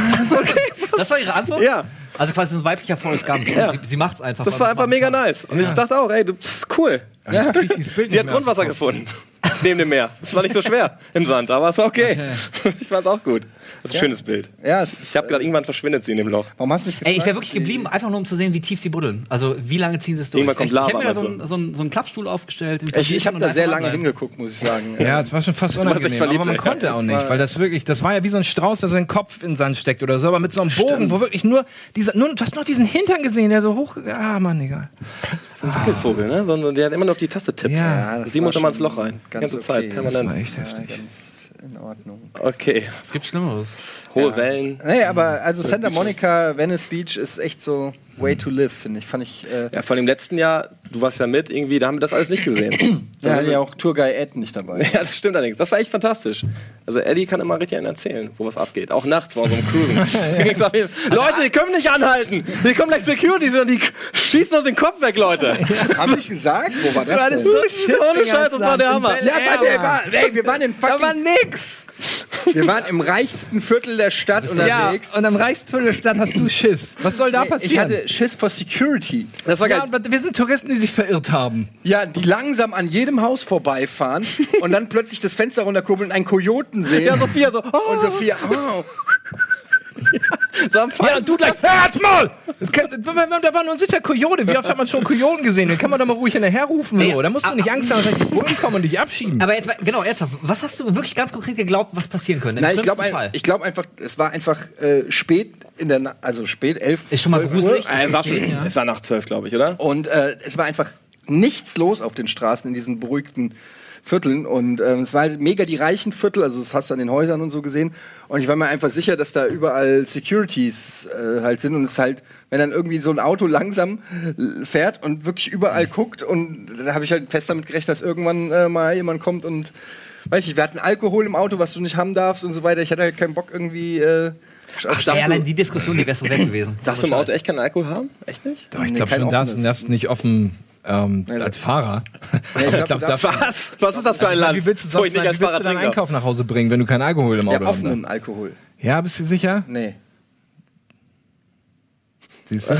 B: das war ihre Antwort?
D: Ja.
B: Also quasi so ein weiblicher Forrest Gump. Sie, sie macht's einfach.
D: Das
B: weil
D: war
B: sie
D: einfach
B: machen
D: mega
B: kann.
D: nice. Und ich dachte auch, ey, du bist cool.
C: Ich krieg dieses Bild
D: Sie
C: nicht
D: hat
C: mehr
D: Grundwasser gefunden. Neben dem Meer. Es war nicht so schwer im Sand, aber es war okay. Ich fand's auch gut. Das ist ein schönes Bild.
A: Ja, es ist,
D: Ich habe gedacht, irgendwann verschwindet sie in dem Loch.
A: warum hast du nicht
B: Ey, ich
A: gefragt?
B: wäre wirklich geblieben, einfach nur um zu sehen, wie tief sie buddeln. Also, wie lange ziehen sie es durch?
D: Irgendwann kommt
B: Echt, ich hab
D: Lava
B: mir da so
D: oder so.
B: einen so einen- so einen Klappstuhl aufgestellt. in
A: Ich, ich
B: Pavillon
A: habe
B: und
A: da sehr
B: einfach
A: lange
B: mal-
A: hingeguckt, muss ich sagen.
C: Ja, es war schon fast unangenehm,
D: echt verliebt,
C: aber man
D: ey.
C: konnte auch nicht, weil das wirklich, das war ja wie so ein Strauß, der seinen Kopf in den Sand steckt oder so, aber mit so einem Bogen, wo wirklich nur dieser, nur, du hast noch diesen Hintern gesehen, der so hoch, ah Mann, egal.
D: So ein Wackelvogel, ne? So, ein- der hat immer nur auf die Taste tippt.
C: Ja.
A: Ja, das
D: sie
A: war
D: muss immer
A: schon
D: ins Loch rein. Die
A: ganz
D: ganze Zeit,
A: okay.
C: Das
D: permanent.
C: war echt heftig.
A: äh, Ganz in Ordnung.
D: Okay.
B: Es gibt Schlimmeres.
D: Hohe Wellen.
A: Nee, aber also Santa Monica, Venice Beach ist echt so way to live, finde ich. Fand ich. Äh,
D: Ja, vor dem letzten Jahr, du warst ja mit, irgendwie, da haben wir das alles nicht gesehen.
A: da hatte ja auch Tourguide Ed nicht dabei.
D: ja, das stimmt allerdings. Das war echt fantastisch. Also Eddie kann immer richtig einen erzählen, wo was abgeht. Auch nachts bei unserem Cruisen. Da ging's auf jeden Fall, Leute, die können nicht anhalten! Hier kommen gleich Securities und die schießen uns den Kopf weg, Leute!
A: Haben ich gesagt? Wo war das
C: Alles
A: denn?
C: so
D: Ohne Scheiß, das war der Hammer.
C: Ja,
A: Mann, ey, war- ey, wir waren in
C: da war
A: fucking
C: nix.
A: Wir waren im reichsten Viertel der Stadt
C: Ja,
A: unterwegs.
C: und am Reichsviertelstadt hast du Schiss. Was soll da passieren?
A: Ich halt- hatte Schiss vor Security.
D: Das war geil.
C: ja, und wir sind Touristen, die sich verirrt haben.
A: Ja, die langsam an jedem Haus vorbeifahren und dann plötzlich das Fenster runterkurbeln und einen Kojoten sehen.
D: Ja, Sophia so, oh,
A: Und Sophia, oh.
D: so am Pfeifen.
C: Ja, und du gleich, hört's mal! Das kann, da war nur ein sicher Kojote. Wie oft hat man schon Kojoten gesehen? Den kann man doch mal ruhig hinterher rufen. So. Da musst du nicht Angst haben, dass die Bullen kommen und dich abschieben.
B: Aber jetzt, mal- genau, ernsthaft, was hast du wirklich ganz konkret geglaubt, was passieren könnte? Im
A: Nein, ich
B: schlimmsten
A: glaube ein,
B: Fall.
A: ich glaub einfach, es war einfach äh, spät in der Na also spät, elf.
B: Ist schon mal
A: 12
B: gruselig.
A: Uhr.
D: Ah, es, war schon, es war nach zwölf, glaube ich, oder?
A: Und äh, es war einfach nichts los auf den Straßen in diesen beruhigten Vierteln. Und ähm, es war halt mega die reichen Viertel, also das hast du an den Häusern und so gesehen. Und ich war mir einfach sicher, dass da überall Securities äh, halt sind. Und es halt, wenn dann irgendwie so ein Auto langsam äh, fährt und wirklich überall guckt. Und da habe ich halt fest damit gerechnet, dass irgendwann äh, mal jemand kommt und. Weiß ich, wir hatten Alkohol im Auto, was du nicht haben darfst und so weiter. Ich hatte halt keinen Bock irgendwie. Äh, Ach,
B: Ey, allein die Diskussion, die wärst du weg gewesen.
D: Darfst du im Auto echt keinen Alkohol haben? Echt nicht?
C: Doch, ich
A: Nee,
C: glaube
A: kein
C: schon, darfst du
A: offenes.
C: darfst nicht offen ähm,
A: Nee,
C: als Fahrer.
A: ich
C: Aber
A: glaub, du darfst-
C: darfst-
D: Was? Was ist das für ein Land,
C: Oh. Wie willst du
D: wo ich
C: sonst
D: nicht
C: deinen,
D: als
C: wie willst
D: Fahrer
C: du deinen
D: trinken darf?
C: Einkauf nach Hause bringen, wenn du keinen Alkohol im Auto
A: ja,
C: hast?
A: offenen Alkohol.
C: Ja, bist du sicher?
A: Nee.
C: Siehst du?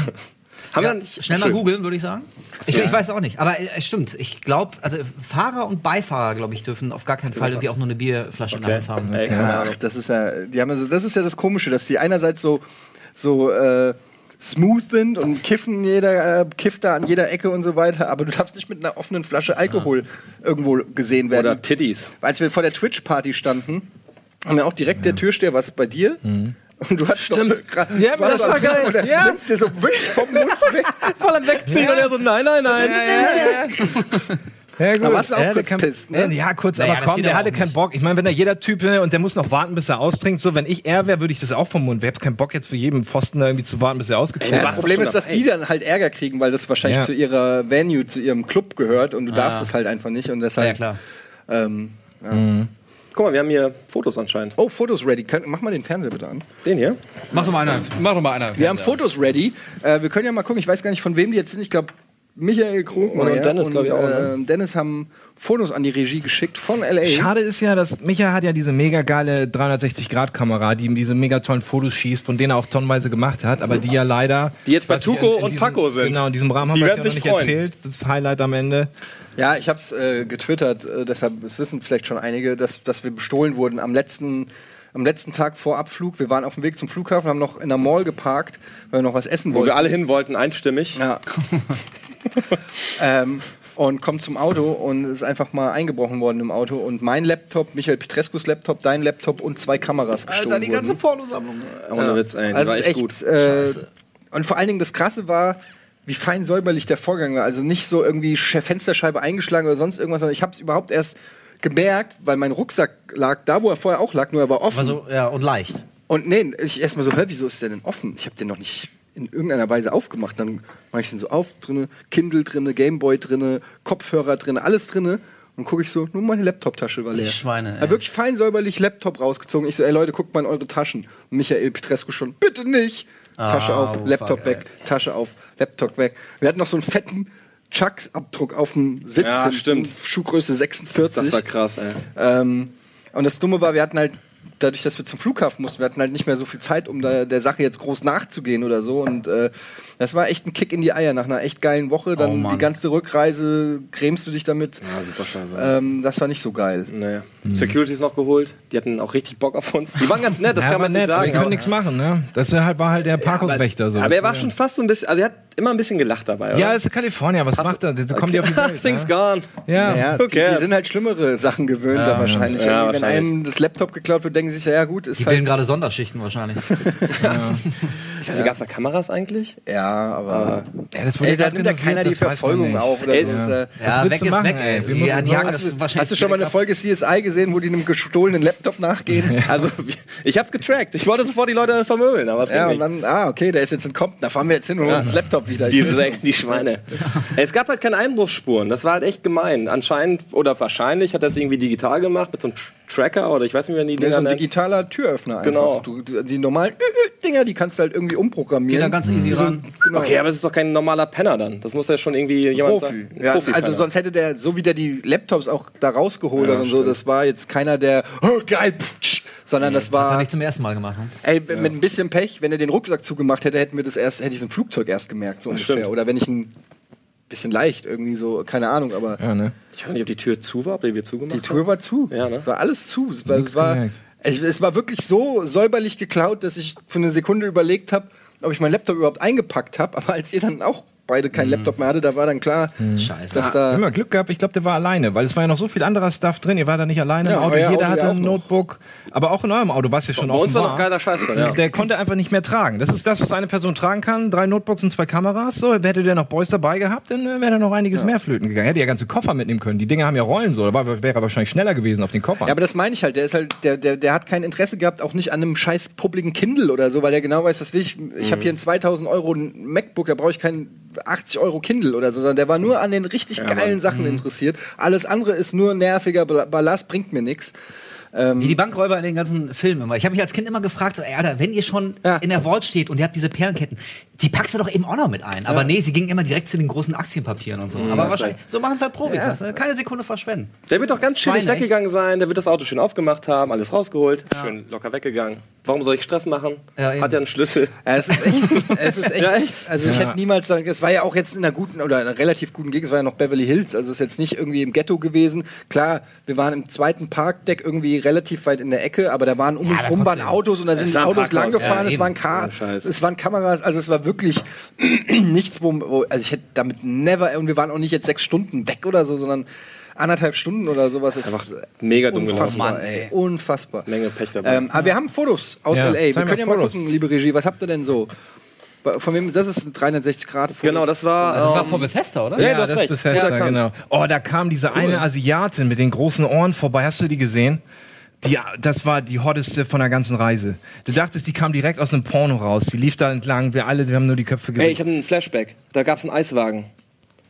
D: Haben wir
B: Ja,
D: nicht-
B: schnell mal
D: Schön.
B: googeln, würde ich sagen. Ich, ich weiß auch nicht, aber äh, stimmt. Ich glaube, also Fahrer und Beifahrer, glaube ich, dürfen auf gar keinen Fall irgendwie auch nur eine Bierflasche in der Hand haben.
D: Ey, keine Ahnung.
A: Ach, das ist ja, die haben also, das ist ja das Komische, dass die einerseits so, so äh, smooth sind und kiffen jeder äh, kifft da an jeder Ecke und so weiter, aber du darfst nicht mit einer offenen Flasche Alkohol irgendwo gesehen werden.
D: Oder Titties.
A: Als wir vor der Twitch Party standen, haben wir auch direkt der Türsteher was bei dir. Und du hast Stimmt. gerade
C: Mhm. Ja, aber das war geil.
A: Und dann
C: Ja.
A: nimmst dir so wirklich vom Mund weg.
D: Voll am Wegziehen und er so, nein, nein, nein.
C: Ja, gut.
A: Da warst du auch
C: ja, der
A: kurz
C: kann-
A: pisst, ne?
C: Ja, kurz,
B: Naja,
C: aber
B: das
C: komm,
B: geht
C: der
B: aber
C: hatte
B: auch
C: keinen
B: nicht.
C: Bock. Ich meine, wenn da jeder Typ ne, und der muss noch warten, bis er austrinkt, so, wenn ich er wäre, würde ich das auch vom Mund. Wer hat keinen Bock jetzt für jeden Pfosten da irgendwie zu warten, bis er ausgetrunken
D: Ey,
A: Ja,
D: du
A: das
D: warst
C: hat?
A: Problem
D: schon
A: ist, dass
D: dabei.
A: die dann halt Ärger kriegen, weil das wahrscheinlich
C: Ja. Ah.
A: zu ihrer Venue, zu ihrem Club gehört und du darfst es halt einfach nicht und
B: Ja,
A: deshalb.
B: ja, klar.
A: Ähm, ja.
D: Guck mal, wir haben hier Fotos anscheinend.
A: Oh, Fotos ready. Kön- Mach mal den Fernseher bitte an.
D: Den hier?
B: Mach doch mal einer. Mach doch mal einer.
A: Wir haben Fotos ready. Äh, wir können ja mal gucken. Ich weiß gar nicht, von wem die jetzt sind. Ich glaube, Michael Krugmeier
D: Und Dennis, glaub ich, auch, ne?
A: ähm, Dennis haben Fotos an die Regie geschickt von L.A.
C: Schade ist ja, dass Micha hat ja diese mega geile 360-Grad-Kamera, die ihm diese mega tollen Fotos schießt, von denen er auch tonnenweise gemacht hat, aber die ja leider.
D: Die jetzt bei
C: was ich
D: Tuco und
C: diesem,
D: Paco sind.
C: Genau, in diesem Rahmen haben
D: Die
C: wir es
D: werden
C: ja noch
D: sich
C: nicht
D: freuen.
C: erzählt. Das Highlight am Ende.
A: Ja, ich habe es äh, getwittert. Äh, deshalb es wissen vielleicht schon einige, dass, dass wir bestohlen wurden am letzten, am letzten Tag vor Abflug. Wir waren auf dem Weg zum Flughafen, haben noch in der Mall geparkt, weil wir noch was essen
D: Wo
A: wollten.
D: wir alle hin wollten, einstimmig.
A: Ja. ähm, und kommt zum Auto und ist einfach mal eingebrochen worden im Auto und mein Laptop, Michael Petrescus Laptop, dein Laptop und zwei Kameras gestohlen
B: Alter, die ganze
A: wurden.
B: Pornosammlung. ne?
D: Ohne Witz, ey. die
A: Also
D: war
A: es ist
D: echt gut.
A: Äh, und vor allen Dingen das Krasse war, wie fein säuberlich der Vorgang war. Also nicht so irgendwie Sch- Fensterscheibe eingeschlagen oder sonst irgendwas, sondern ich habe es überhaupt erst gemerkt, weil mein Rucksack lag da, wo er vorher auch lag, nur er war offen.
B: War so, ja, und leicht.
A: Und nee, ich erstmal so, hör, wieso ist der denn offen? Ich habe den noch nicht in irgendeiner Weise aufgemacht. Dann mache ich den so auf, drinne, Kindle drinne, Gameboy drinne, Kopfhörer drinne, alles drinne. Und gucke ich so, nur meine Laptoptasche war leer.
B: Die Schweine,
A: ey.
B: ey.
A: Hab wirklich fein säuberlich Laptop rausgezogen. Ich so, ey Leute, guckt mal in eure Taschen. Und Michael Petrescu schon, bitte nicht. Tasche
B: Ah,
A: auf,
B: oh,
A: Laptop
B: fuck,
A: weg, Tasche auf, Laptop weg. Wir hatten noch so einen fetten Chucks-Abdruck auf dem Sitz.
D: Ja,
A: hinten,
D: stimmt.
A: Schuhgröße 46.
D: Das war krass, ey.
A: Ähm, und das Dumme war, wir hatten halt, dadurch, dass wir zum Flughafen mussten, wir hatten halt nicht mehr so viel Zeit, um da, der Sache jetzt groß nachzugehen oder so. Und äh, das war echt ein Kick in die Eier nach einer echt geilen Woche. Dann
B: Mann.
A: die ganze Rückreise, cremst du dich damit.
D: Oh, Ja, super scheiße.
A: Ähm, das war nicht so geil.
D: Naja.
C: Mhm.
D: Securities noch geholt. Die hatten auch richtig Bock auf uns. Die waren ganz nett, das
C: Ja,
D: kann
C: aber
D: man nicht
C: nett, aber
D: sagen.
C: Die können
D: aber-
C: nichts machen, ne? Das war halt, war halt der Parkhauswächter so.
D: aber er war schon fast so ein bisschen, also er hat immer ein bisschen gelacht dabei, oder?
C: ja, ist Kalifornien, was macht er? So kommen die auf die Welt,
D: Things
C: ne?
D: gone.
C: Ja,
A: Naja,
D: who
A: die, die
D: cares?
A: sind halt schlimmere Sachen gewöhnt, da wahrscheinlich.
D: Ja,
A: Irgendwie, Wenn
D: wahrscheinlich.
A: einem das Laptop geklaut wird, denken sie sich, ja, ja gut, ist
B: Die bilden
A: halt.
B: gerade Sonderschichten wahrscheinlich.
D: Ich weiß nicht, Also gab's da Kameras eigentlich?
A: Ja, aber.
C: Ja, das wurde
A: Ey, da
C: gerade
A: nimmt ja
C: renoviert,
A: keiner die
C: das weiß man
A: Verfolgung
C: nicht.
A: auf. Oder
D: Ey,
A: so.
D: es-
A: Das, äh,
B: Ja,
C: willst
B: weg
C: du
B: ist
C: machen,
B: weg,
C: ey?
B: ey.
C: Wir
B: Ja,
C: müssen
B: die
C: so-
B: hacken
C: Hast
B: das wahrscheinlich.
A: Hast du schon mal eine
B: direkt ab.
A: Folge CSI gesehen, wo die einem gestohlenen Laptop nachgehen?
D: Also, ich hab's getrackt. Ich wollte sofort die Leute vermöbeln, aber es ging
A: Ja, und
D: nicht.
A: dann, ah, okay, der ist jetzt in Compton, da fahren wir jetzt hin und holen uns Laptop wieder.
D: Die,
A: Ich will-
D: Sä- die Schweine. Es gab halt keine Einbruchsspuren. Das war halt echt gemein. Anscheinend oder wahrscheinlich hat er es irgendwie digital gemacht mit so einem Tr- Tracker oder ich weiß nicht, wie man die
A: Das ist
D: Dinger
A: ein
D: nennt.
A: digitaler Türöffner einfach.
D: Genau.
A: Du, du- die normalen äh, äh, Dinger, die kannst du halt irgendwie umprogrammieren.
B: Geht da ganz easy ran.
A: Genau.
D: Okay, aber es ist doch kein normaler Penner dann. Das muss ja schon irgendwie jemand
A: Profi.
D: sein.
A: Ja, also
D: Profi-Penner.
A: sonst hätte der, so wie der die Laptops auch da rausgeholt
D: Ja,
A: hat und so,
D: stimmt.
A: das war jetzt keiner, der, oh, geil, pff, tsch, sondern das
B: Hat er
A: war,
B: nicht zum ersten Mal gemacht. Ne?
A: ey, mit ein bisschen Pech, wenn er den Rucksack zugemacht hätte, hätten wir das erst, hätte ich es im Flugzeug erst gemerkt, so ungefähr.
D: stimmt.
A: Oder wenn ich ein bisschen leicht, irgendwie so, keine Ahnung, aber
C: Ja, ne?
D: Ich weiß nicht, ob die Tür zu war, ob die wir zugemacht
A: Die Tür war zu.
D: Ja, ne?
A: Es war alles zu. Es war, es, war,
C: gemerkt.
A: ich, es war wirklich so säuberlich geklaut, dass ich für eine Sekunde überlegt habe, ob ich meinen Laptop überhaupt eingepackt habe. Aber als ihr dann auch beide keinen Laptop mehr hatte, da war dann klar,
B: Scheiße.
A: dass da.
C: Mhm. Immer Glück gehabt, ich glaube, der war alleine, weil es war ja noch so viel anderer Stuff drin. Ihr war da nicht alleine
A: Ja,
C: im Auto,
A: euer
C: jeder
A: Auto
C: hatte
A: ja auch
C: ein
A: noch.
C: Notebook. Aber auch in eurem Auto, was ja schon
D: Bei uns war
C: offenbar. Also
D: noch geiler Scheiß drin, ja.
C: Der konnte einfach nicht mehr tragen. Das ist das, was eine Person tragen kann. Drei Notebooks und zwei Kameras. So, hätte der noch Boys dabei gehabt, dann äh, wäre da noch einiges mehr flöten gegangen. Hätte ja ganze Koffer mitnehmen können. Die Dinger haben ja Rollen so. Da war- wäre er wahrscheinlich schneller gewesen auf den Koffer.
A: Ja, aber das meine ich halt. Der ist halt, der, der, der hat kein Interesse gehabt, auch nicht an einem scheiß publiken Kindle oder so, weil er genau weiß, was will ich. Ich
D: Mhm.
A: habe hier ein 2000 Euro MacBook, da brauche ich keinen 80 Euro Kindle oder so, sondern der war nur an den richtig geilen Sachen
D: Mhm.
A: interessiert. Alles andere ist nur nerviger Ball- Ballast, bringt mir nichts.
D: Ähm.
B: Wie die Bankräuber in den ganzen Filmen immer. Ich habe mich als Kind immer gefragt, so, ey, Alter, wenn ihr schon
A: Ja.
B: in der Vault steht und ihr habt diese Perlenketten, die packst du doch eben auch noch mit ein. Aber nee, sie gingen immer direkt zu den großen Aktienpapieren und so. Aber wahrscheinlich, so machen es halt Profis. weißt du? Keine Sekunde verschwenden.
D: Der wird doch ganz chillig
B: Schweine, echt.
D: weggegangen sein, der wird das Auto schön aufgemacht haben, alles rausgeholt, schön locker weggegangen. Warum soll ich Stress machen?
B: Ja, eben.
D: Hat ja einen Schlüssel.
A: Ja, es ist echt. es ist echt,
D: Ja, echt?
A: Also ich hätte niemals sagen, es war ja auch jetzt in einer guten oder in einer relativ guten Gegend, es war ja noch Beverly Hills, also es ist jetzt nicht irgendwie im Ghetto gewesen. Klar, wir waren im zweiten Parkdeck irgendwie relativ weit in der Ecke, aber da waren um uns
B: da
A: rum waren
B: trotzdem.
A: Autos und da sind
D: war ein
A: Autos
D: Parkhaus,
A: langgefahren,
B: ja,
A: es
B: eben.
A: waren Car,
D: Oh, Scheiß.
A: es waren Kameras, also es war wirklich nichts, wo, wo also ich hätte damit never und wir waren auch nicht jetzt sechs Stunden weg oder so, sondern anderthalb Stunden oder sowas. Das
D: Einfach mega dumm gelaufen.
A: Unfassbar,
B: Mann,
A: ey.
B: ey.
A: Unfassbar.
D: Menge Pech dabei.
A: Ähm, aber wir haben Fotos aus
C: Ja,
A: LA. Wir
C: zeig mal
A: können ja mal
C: Fotos.
A: gucken, liebe Regie, was habt ihr denn so? Von wem? Das ist ein 360 Grad Foto.
D: Genau, das war.
B: Das war
D: ähm,
B: vor Bethesda, oder?
D: Ja,
C: Ja,
D: du hast
C: das
D: recht.
C: ist Bethesda,
D: Ja, kann.
C: genau. Oh, da kam diese eine Asiatin mit den großen Ohren vorbei. Hast du die gesehen? Die, das war die hotteste von der ganzen Reise. Du dachtest, die kam direkt aus einem Porno raus. Die lief da entlang. Wir alle, wir haben nur die Köpfe
D: Ey, ich
C: gesehen.
D: habe einen Flashback. Da gab es einen Eiswagen.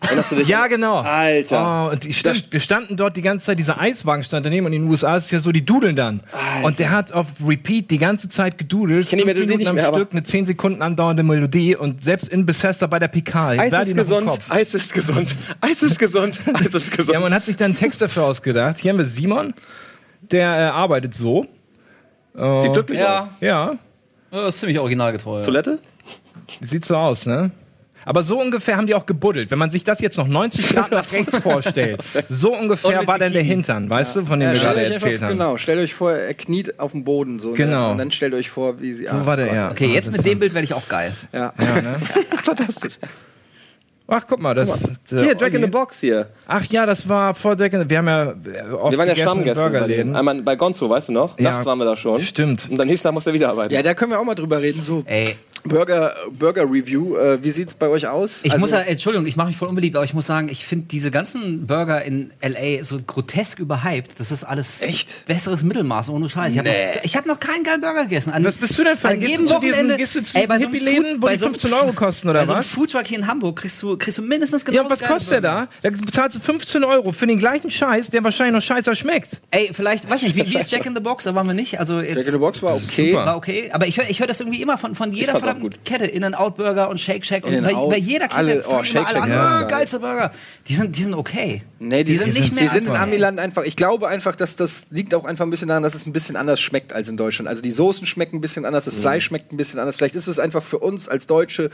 D: Erinnerst du dich?
C: Ja, genau.
D: Alter.
C: Oh, und die, stimmt, wir standen dort die ganze Zeit, dieser Eiswagen stand daneben und in den USA ist es ja so, die dudeln dann. Und der hat auf Repeat die ganze Zeit gedudelt. Ich
D: kenn die Melodie nicht mehr,
C: am
D: aber-
C: Stück, eine 10 Sekunden andauernde Melodie und selbst in Bethesda bei der PK. ich sah
D: Eis ist
C: die noch im
D: gesund,
C: Kopf.
D: Eis ist gesund, Eis ist gesund, Eis ist gesund.
C: Ja, man hat sich dann einen Text dafür ausgedacht. Hier haben wir Simon, der äh, arbeitet so.
D: Sieht wirklich aus.
B: Ja,
C: Ja,
B: das ist ziemlich originalgetreu. Ja.
D: Toilette?
C: sieht so aus, ne? Aber so ungefähr haben die auch gebuddelt. Wenn man sich das jetzt noch 90 Grad nach rechts vorstellt, so
B: Und
C: ungefähr
B: mit
C: war dann der
B: Bikini.
C: Hintern, weißt du, von dem
A: Ja,
C: wir
A: stellt
C: gerade
A: euch
C: erzählt
A: einfach,
C: haben.
A: Genau, stellt euch vor, er kniet auf dem Boden so. ne?
C: Genau.
A: Und dann stellt euch vor, wie sie. Ah,
C: So war der, ja.
B: Okay, jetzt mit dem Bild werde ich auch geil.
A: ja.
C: Ja, ne?
A: Fantastisch.
C: Ach, guck mal, das. der
D: Hier, Jack in
C: Olli.
D: the Box hier.
C: Ach ja, das war vor Jack in the Wir haben ja äh, oft
D: Wir waren ja
C: gegessen in
D: Stammgäste. Bei denen.
C: Burgerläden.
D: Einmal bei Gonzo, weißt du noch?
C: Ja.
D: Nachts waren wir da schon.
C: Stimmt.
D: Und dann hieß, da muss er wieder arbeiten.
A: Ja, da können wir auch mal drüber reden. So,
B: Ey,
A: Burger, Burger Review, äh, wie sieht's bei euch aus?
B: ich
A: Also,
C: halt
B: muss ja, Entschuldigung, ich mache mich voll unbeliebt, aber ich muss sagen, ich finde diese ganzen Burger in L.A. so grotesk überhyped. Das ist alles
A: Echt?
B: besseres Mittelmaß, ohne Scheiß. Ich habe noch, ich hab noch keinen geilen Burger gegessen. An,
C: Was bist du denn für
B: an
C: ein
B: jedem
C: gehst, du zu diesen-
B: Wochenende?
C: gehst du zu
B: Ey, bei
C: diesen
B: einem
C: Hippie-Läden,
B: Food-
C: wo
B: bei
C: die
B: so einem
C: 15 Euro kosten, oder
B: bei so einem
C: was?
B: Foodtruck hier in Hamburg kriegst du, kriegst du mindestens genau
C: Ja, und was
B: das geile
C: kostet der
B: Burger.
C: da? Da bezahlst du 15 Euro für den gleichen Scheiß, der wahrscheinlich noch scheißer schmeckt.
B: Ey, vielleicht, weiß nicht, wie, wie ist Jack in the Box? Da waren wir nicht. Also jetzt
A: Jack in the Box war okay.
B: War okay, aber ich höre ich hör das irgendwie immer von, von jeder
D: fand's auch
B: verdammten Kette. In and Out Burger und Shake Shack. Und bei,
A: In-N-Out,
B: bei jeder Kette
A: alle- oh,
B: fangen
A: Shake
B: immer alle
A: Shack
B: an,
A: ist
B: ja.
A: geil.
B: geilste Burger. Die sind, die sind okay.
A: Nee, die, sind, nicht mehr. Die
B: als
A: sind in
B: okay.
A: Amiland einfach. Ich glaube einfach, dass das liegt auch einfach ein bisschen daran, dass es ein bisschen anders schmeckt als in Deutschland. Also die Soßen schmecken ein bisschen anders, das Fleisch schmeckt ein bisschen anders. Vielleicht ist es einfach für uns als Deutsche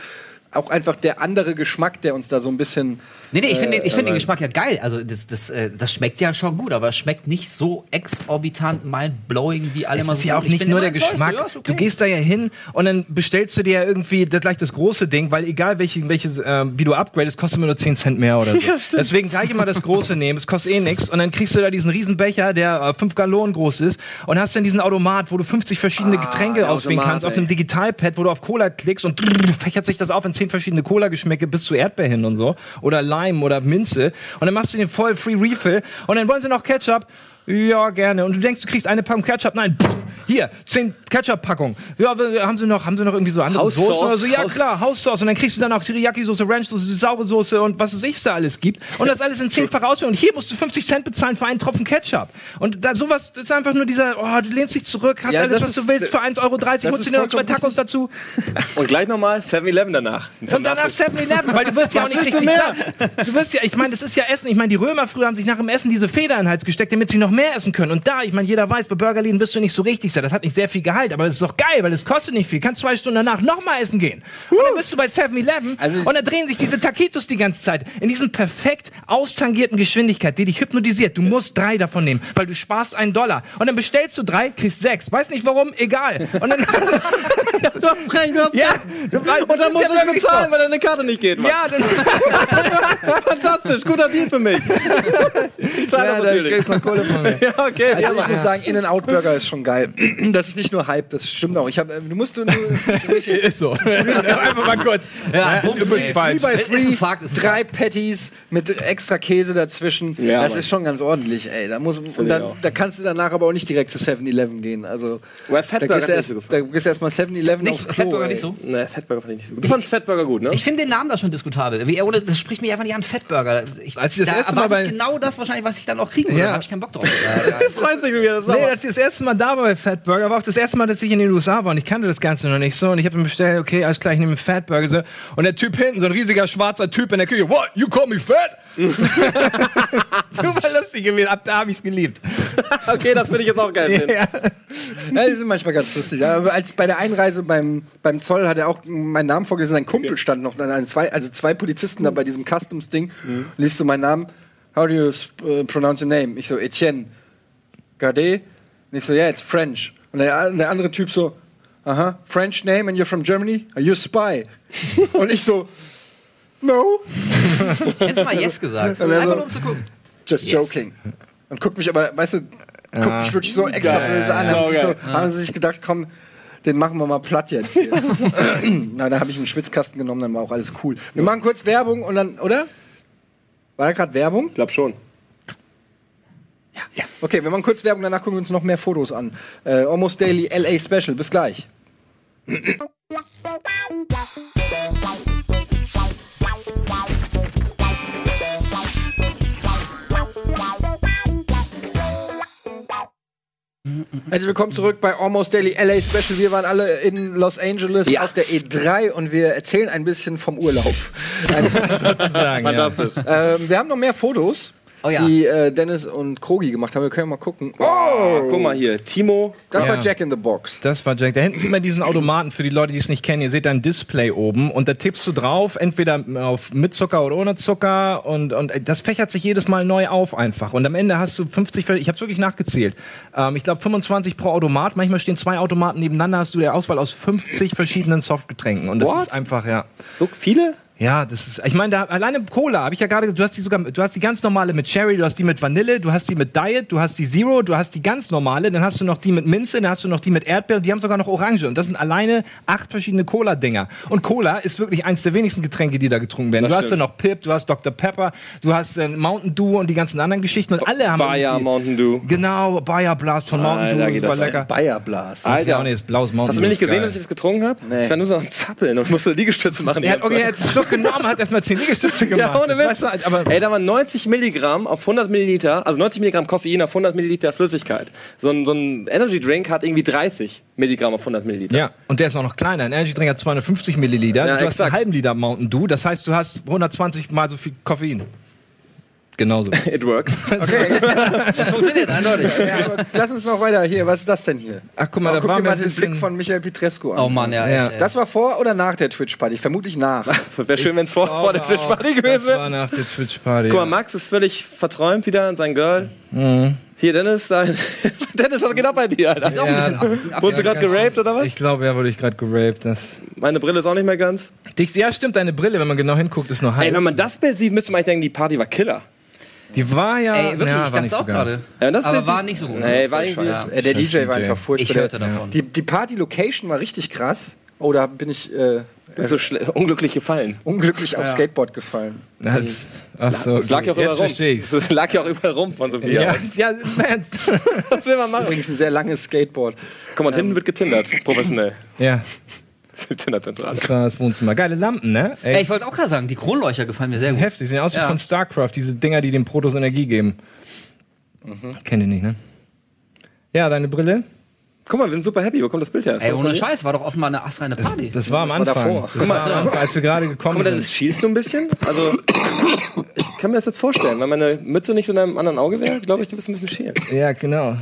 A: auch einfach der andere Geschmack, der uns da so ein bisschen.
B: Nee, nee, ich finde den, ich
A: Äh,
B: find den Geschmack ja geil. Also das, das, äh, das schmeckt ja schon gut, aber es schmeckt nicht so exorbitant mind-blowing, wie alle
C: Es
B: immer
C: ist
B: so
C: ja auch
B: Ich
C: nicht
B: bin
C: nur
B: immer
C: der
B: enttäuscht,
C: Geschmack.
B: ja, ist okay.
C: Du gehst da ja hin und dann bestellst du dir ja irgendwie das, gleich das große Ding, weil egal welches, welches äh, wie du upgradest, kostet immer nur 10 Cent mehr oder so. Deswegen gleich immer das große nehmen, es kostet eh nichts. Und dann kriegst du da diesen riesen Becher, der 5 Gallonen groß ist und hast dann diesen Automat, wo du 50 verschiedene Getränke
A: Ah, der
C: auswählen
A: Automat,
C: kannst auf
A: ey.
C: einem Digitalpad, wo du auf Cola klickst und drrr, fächert sich das auf in 10 verschiedene Cola-Geschmäcke bis zu Erdbeer hin und so. Oder Lime oder Minze. Und dann machst du den voll Free Refill und dann wollen sie noch Ketchup. Ja, gerne. Und du denkst, du kriegst eine Packung Ketchup. Nein, pff, hier, zehn Ketchup-Packungen. Ja, w- haben sie noch, haben sie noch irgendwie so andere
D: House
C: Soßen
D: Sauce?
C: oder so? Ja,
D: House-
C: klar, Haussoße. Und dann kriegst du dann auch Teriyaki-Soße, Ranch-Soße, saure Soße und was es sich da alles gibt. Und das alles in zehnfacher Ausführung. Und hier musst du 50 Cent bezahlen für einen Tropfen Ketchup. Und da sowas das ist einfach nur dieser, oh, du lehnst dich zurück, hast
A: Ja,
C: alles,
A: das
C: was
A: ist-
C: du willst, für 1,30 Euro,
A: das
C: holst du
A: ist
C: dir noch zwei
A: vollkommen
C: Tacos dazu.
D: Und gleich nochmal 7-Eleven danach. Zum
C: Und danach
D: Nachtisch.
C: 7-Eleven, weil du wirst ja auch nicht richtig satt. Du wirst ja, ich meine, das ist ja Essen. Ich meine, die Römer früher haben sich nach dem Essen diese Feder in den Hals gesteckt, damit sie noch mehr essen können. Und da, ich meine, jeder weiß, bei Burgerläden wirst du nicht so richtig satt. Das hat nicht sehr viel Gehalt, aber das ist doch geil, weil es kostet nicht viel. Kannst zwei Stunden danach nochmal essen gehen. Und dann bist du bei 7-Eleven
A: Also ich-
C: und da drehen sich diese Taquitos die ganze Zeit in diesen perfekt austangierten Geschwindigkeit, die dich hypnotisiert. Du musst drei davon nehmen, weil du sparst einen Dollar. Und dann bestellst du drei, kriegst sechs. Weiß nicht warum, egal. Und dann,
D: Du hast recht, du hast
C: ja,
D: recht.
C: du,
D: Und dann muss ich bezahlen, weil deine Karte nicht geht. Mann.
C: Ja, dann,
D: Fantastisch, guter Deal für mich. Ich zahle
C: ja,
D: das
C: dann
D: natürlich.
C: kriegst du noch Kohle von mir.
D: Ja, okay.
A: Also ich muss sagen, In-N-Out Burger ist schon geil. Das ist nicht nur Hype, das stimmt auch. Ich hab, äh, du musst nur,
C: Ist so. Einfach mal kurz.
B: Ja, Bums,
C: übrigens
B: ey.
C: falsch.
A: bei
B: Ist ein Fakt, ist ein
A: drei Patties mit extra Käse dazwischen.
D: Ja,
A: das
D: Mann.
A: ist schon ganz ordentlich, ey. Da, muss, und
D: ich auch.
A: dann, da kannst du danach aber auch nicht direkt zu 7-Eleven gehen. Also,
D: Weil
A: da
D: Fatburger
A: gehst du
D: hat nicht
A: erst,
D: so
A: da
D: gefallen.
A: gehst du erstmal 7-Eleven
B: nicht,
A: aufs Klo.
B: Fatburger
A: ey.
B: nicht so.
D: Ne, Fettburger fand ich nicht so gut. Du fandst Fettburger gut, ne?
B: Ich finde den Namen da schon diskutabel. Wie, ohne, das spricht mich einfach nicht an Fettburger. Ich,
C: Als ich das
B: da
C: erste Mal
B: erwarte
C: bei-
B: ich genau das wahrscheinlich, was ich dann auch kriegen würde.
C: Ja.
B: Da habe ich keinen Bock drauf.
D: Du freust dich, wie wir das
C: Nee, als ich das erste Mal da war bei Fatburger, war auch das erste Mal, dass ich in den USA war und ich kannte das Ganze noch nicht so. Und ich habe mir bestellt, okay, alles klar, ich nehme einen Fatburger. So. Und der Typ hinten, so ein riesiger schwarzer Typ in der Küche, what, you call me fat? Super lustig gewesen, ab da habe ich es geliebt.
D: Okay, das würde ich jetzt auch gerne sehen.
C: Ja.
A: Ja, die sind manchmal ganz lustig. Ja, Aber als bei der Einreise beim, beim Zoll hat er auch meinen Namen vorgelesen. Sein Kumpel stand noch, an einem zwei, also zwei Polizisten da bei diesem Customs-Ding. Und liest so meinen Namen. How do you äh, pronounce your name? Ich so, Etienne. Gade? Und ich so, yeah, it's French. Und der, und der andere Typ so, aha, French name and you're from Germany? Are you a spy? und ich so, no,
B: Jetzt mal Yes gesagt.
A: Also-
B: Einfach nur um zu gucken.
A: just
B: Yes.
A: joking. Und guckt mich aber, weißt du, guckt mich wirklich so extra böse an. Haben sie, so, haben sie sich gedacht, komm, den machen wir mal platt jetzt. Hier. Na, da habe ich einen Schwitzkasten genommen, dann war auch alles cool. Wir machen kurz Werbung und dann, oder? War da gerade Werbung?
D: Ich glaube schon.
A: Okay, wir machen kurz Werbung, danach gucken wir uns noch mehr Fotos an. Äh, Almost Daily LA Special, bis gleich. Herzlich willkommen zurück bei Almost Daily LA Special. Wir waren alle in Los Angeles auf der E3 und wir erzählen ein bisschen vom Urlaub.
C: Sagen, ja.
D: Fantastisch.
A: ähm, wir haben noch mehr Fotos,
B: Oh ja.
A: die äh, Dennis und Krogi gemacht haben. Wir können mal gucken.
D: Oh, guck mal hier. Timo.
A: Das war
C: Ja.
A: Jack in the Box.
C: Das war Jack. Da hinten sieht man diesen Automaten für die Leute, die es nicht kennen. Ihr seht da ein Display oben und da tippst du drauf, entweder auf mit Zucker oder ohne Zucker und, und äh, das fächert sich jedes Mal neu auf einfach. Und am Ende hast du 50, ich habe es wirklich nachgezählt. Ähm, ich glaube 25 pro Automat. Manchmal stehen zwei Automaten nebeneinander, hast du die Auswahl aus 50 verschiedenen Softgetränken und das
D: What?
C: ist einfach ja.
D: So viele?
C: Ja, das ist. Ich meine, da, alleine Cola habe ich ja gerade. Du hast die sogar. Du hast die ganz normale mit Cherry, du hast die mit Vanille, du hast die mit Diet, du hast die Zero, du hast die ganz normale. Dann hast du noch die mit Minze, dann hast du noch die mit Erdbeer und die haben sogar noch Orange. Und das sind alleine acht verschiedene Cola-Dinger. Und Cola ist wirklich eins der wenigsten Getränke, die da getrunken werden.
D: Das
C: du hast dann
D: stimmt.
C: noch Pip, du hast Dr. Pepper, du hast äh, Mountain Dew und die ganzen anderen Geschichten. Und alle haben.
D: Bayer
C: irgendwie-
D: Mountain Dew.
C: Genau, Bayer Blast von Mountain
D: Alter,
C: Dew.
D: geht
C: Super
D: das
C: lecker. Ah,
A: Bayer Blast.
C: Das ist ja auch nicht das blaues Mountain
D: Hast du mir
C: Dew,
D: nicht
C: ist
D: gesehen,
C: geil.
D: dass ich das getrunken habe?
A: Nee.
D: Ich war nur so am Zappeln und musste Liegestütze machen. die
C: Er hat,
D: ganze
C: okay, er
D: Zeit.
C: hat einen Schluck genommen, hat erstmal 10 Liegestütze gemacht.
D: Ja, ohne Witz.
C: Weißt du, aber
D: Ey, da waren 90 Milligramm auf 100 Milliliter, also 90 Milligramm Koffein auf 100 Milliliter Flüssigkeit. So ein, so ein Energy Drink hat irgendwie 30 Milligramm auf 100 Milliliter.
C: Ja, und der ist auch noch kleiner. Ein Energy Drink hat 250
D: Ja,
C: Milliliter. du hast einen
D: exakt.
C: halben Liter Mountain Dew. Das heißt, du hast 120 mal so viel Koffein. Genauso.
D: It works.
B: Das funktioniert eindeutig.
A: Ja, aber lass uns noch weiter. Hier, was ist das denn hier?
C: Ach, guck mal, da
A: guck
C: war
A: dir
C: mir
A: mal
C: ein
A: den Blick
C: bisschen...
A: von Michael Petrescu an.
B: Oh Mann, ja.
C: Ja.
B: echt, ey.
A: Das war vor oder nach der Twitch-Party? Vermutlich nach.
D: Wäre schön, wenn es vor, vor der
C: auch.
D: Twitch-Party gewesen
C: das
D: wäre.
C: war nach der Twitch-Party.
D: Guck mal, Max ist völlig verträumt wieder an sein Girl. Hier, Dennis, da, Dennis, was geht ab bei dir,
B: Das ist auch
D: Alter?
B: ein bisschen ab,
D: Wurdest du gerade geraped oder was?
C: Ich glaube, er wurde ich gerade geraped. Das.
D: Meine Brille ist auch nicht mehr ganz.
C: Dich, ja, stimmt, deine Brille, wenn man genau hinguckt, ist noch
D: Ey,
C: halb.
D: wenn man das Bild sieht, müsste man eigentlich denken, die Party war Killer.
C: Die war ja...
B: Ey, wirklich,
C: ja, war
B: ich dachte
C: nicht
B: es auch
C: so geil.
B: gerade.
D: Ja, das
B: aber
D: Bild
B: war
D: sieht-
B: nicht so gut.
D: Nee, war irgendwie-
B: Ja.
A: Äh, der
C: Scheiß
A: DJ war
C: DJ.
A: einfach furchtbar.
B: Ich hörte
A: Der-
B: davon.
A: Die, die Party-Location war richtig krass. Oh, da bin ich äh,
D: Du bist so schle- unglücklich gefallen.
A: unglücklich auf Skateboard gefallen.
C: Das, ach so,
D: Es lag ja auch
C: Jetzt
D: überall rum.
C: verstehe ich's.
D: Es lag ja auch überall rum von Sophia.
C: Ja, ja, im Ernst.
D: Was will man
A: Das ist
D: machen?
A: übrigens ein sehr langes Skateboard.
D: Komm, und hinten wird getindert, professionell.
C: ja,
D: Tinderzentrale.
C: das war das Wohnzimmer. Geile Lampen, ne?
B: Ey, ich wollte auch gerade sagen, die Kronleuchter gefallen mir sehr gut.
C: Heftig, sehen aus wie
B: Ja.
C: von StarCraft, diese Dinger, die den Protoss Energie geben. Kennt ihr nicht, ne? Ja, deine Brille?
D: Guck mal, wir sind super happy. Wo kommt das Bild her? Ist
B: Ey,
D: das von
B: ohne
D: dir?
B: Scheiß, war doch offenbar eine astreine Party.
C: Das war am
A: war
C: Anfang.
A: davor.
C: Das war am Anfang, als wir gerade
D: Guck
C: gekommen
D: mal,
C: sind.
D: Dennis, schielst du ein bisschen? Also, ich kann mir das jetzt vorstellen. Wenn meine Mütze nicht so in einem anderen Auge wäre, glaube ich, du bist ein bisschen schiel.
C: Ja, genau.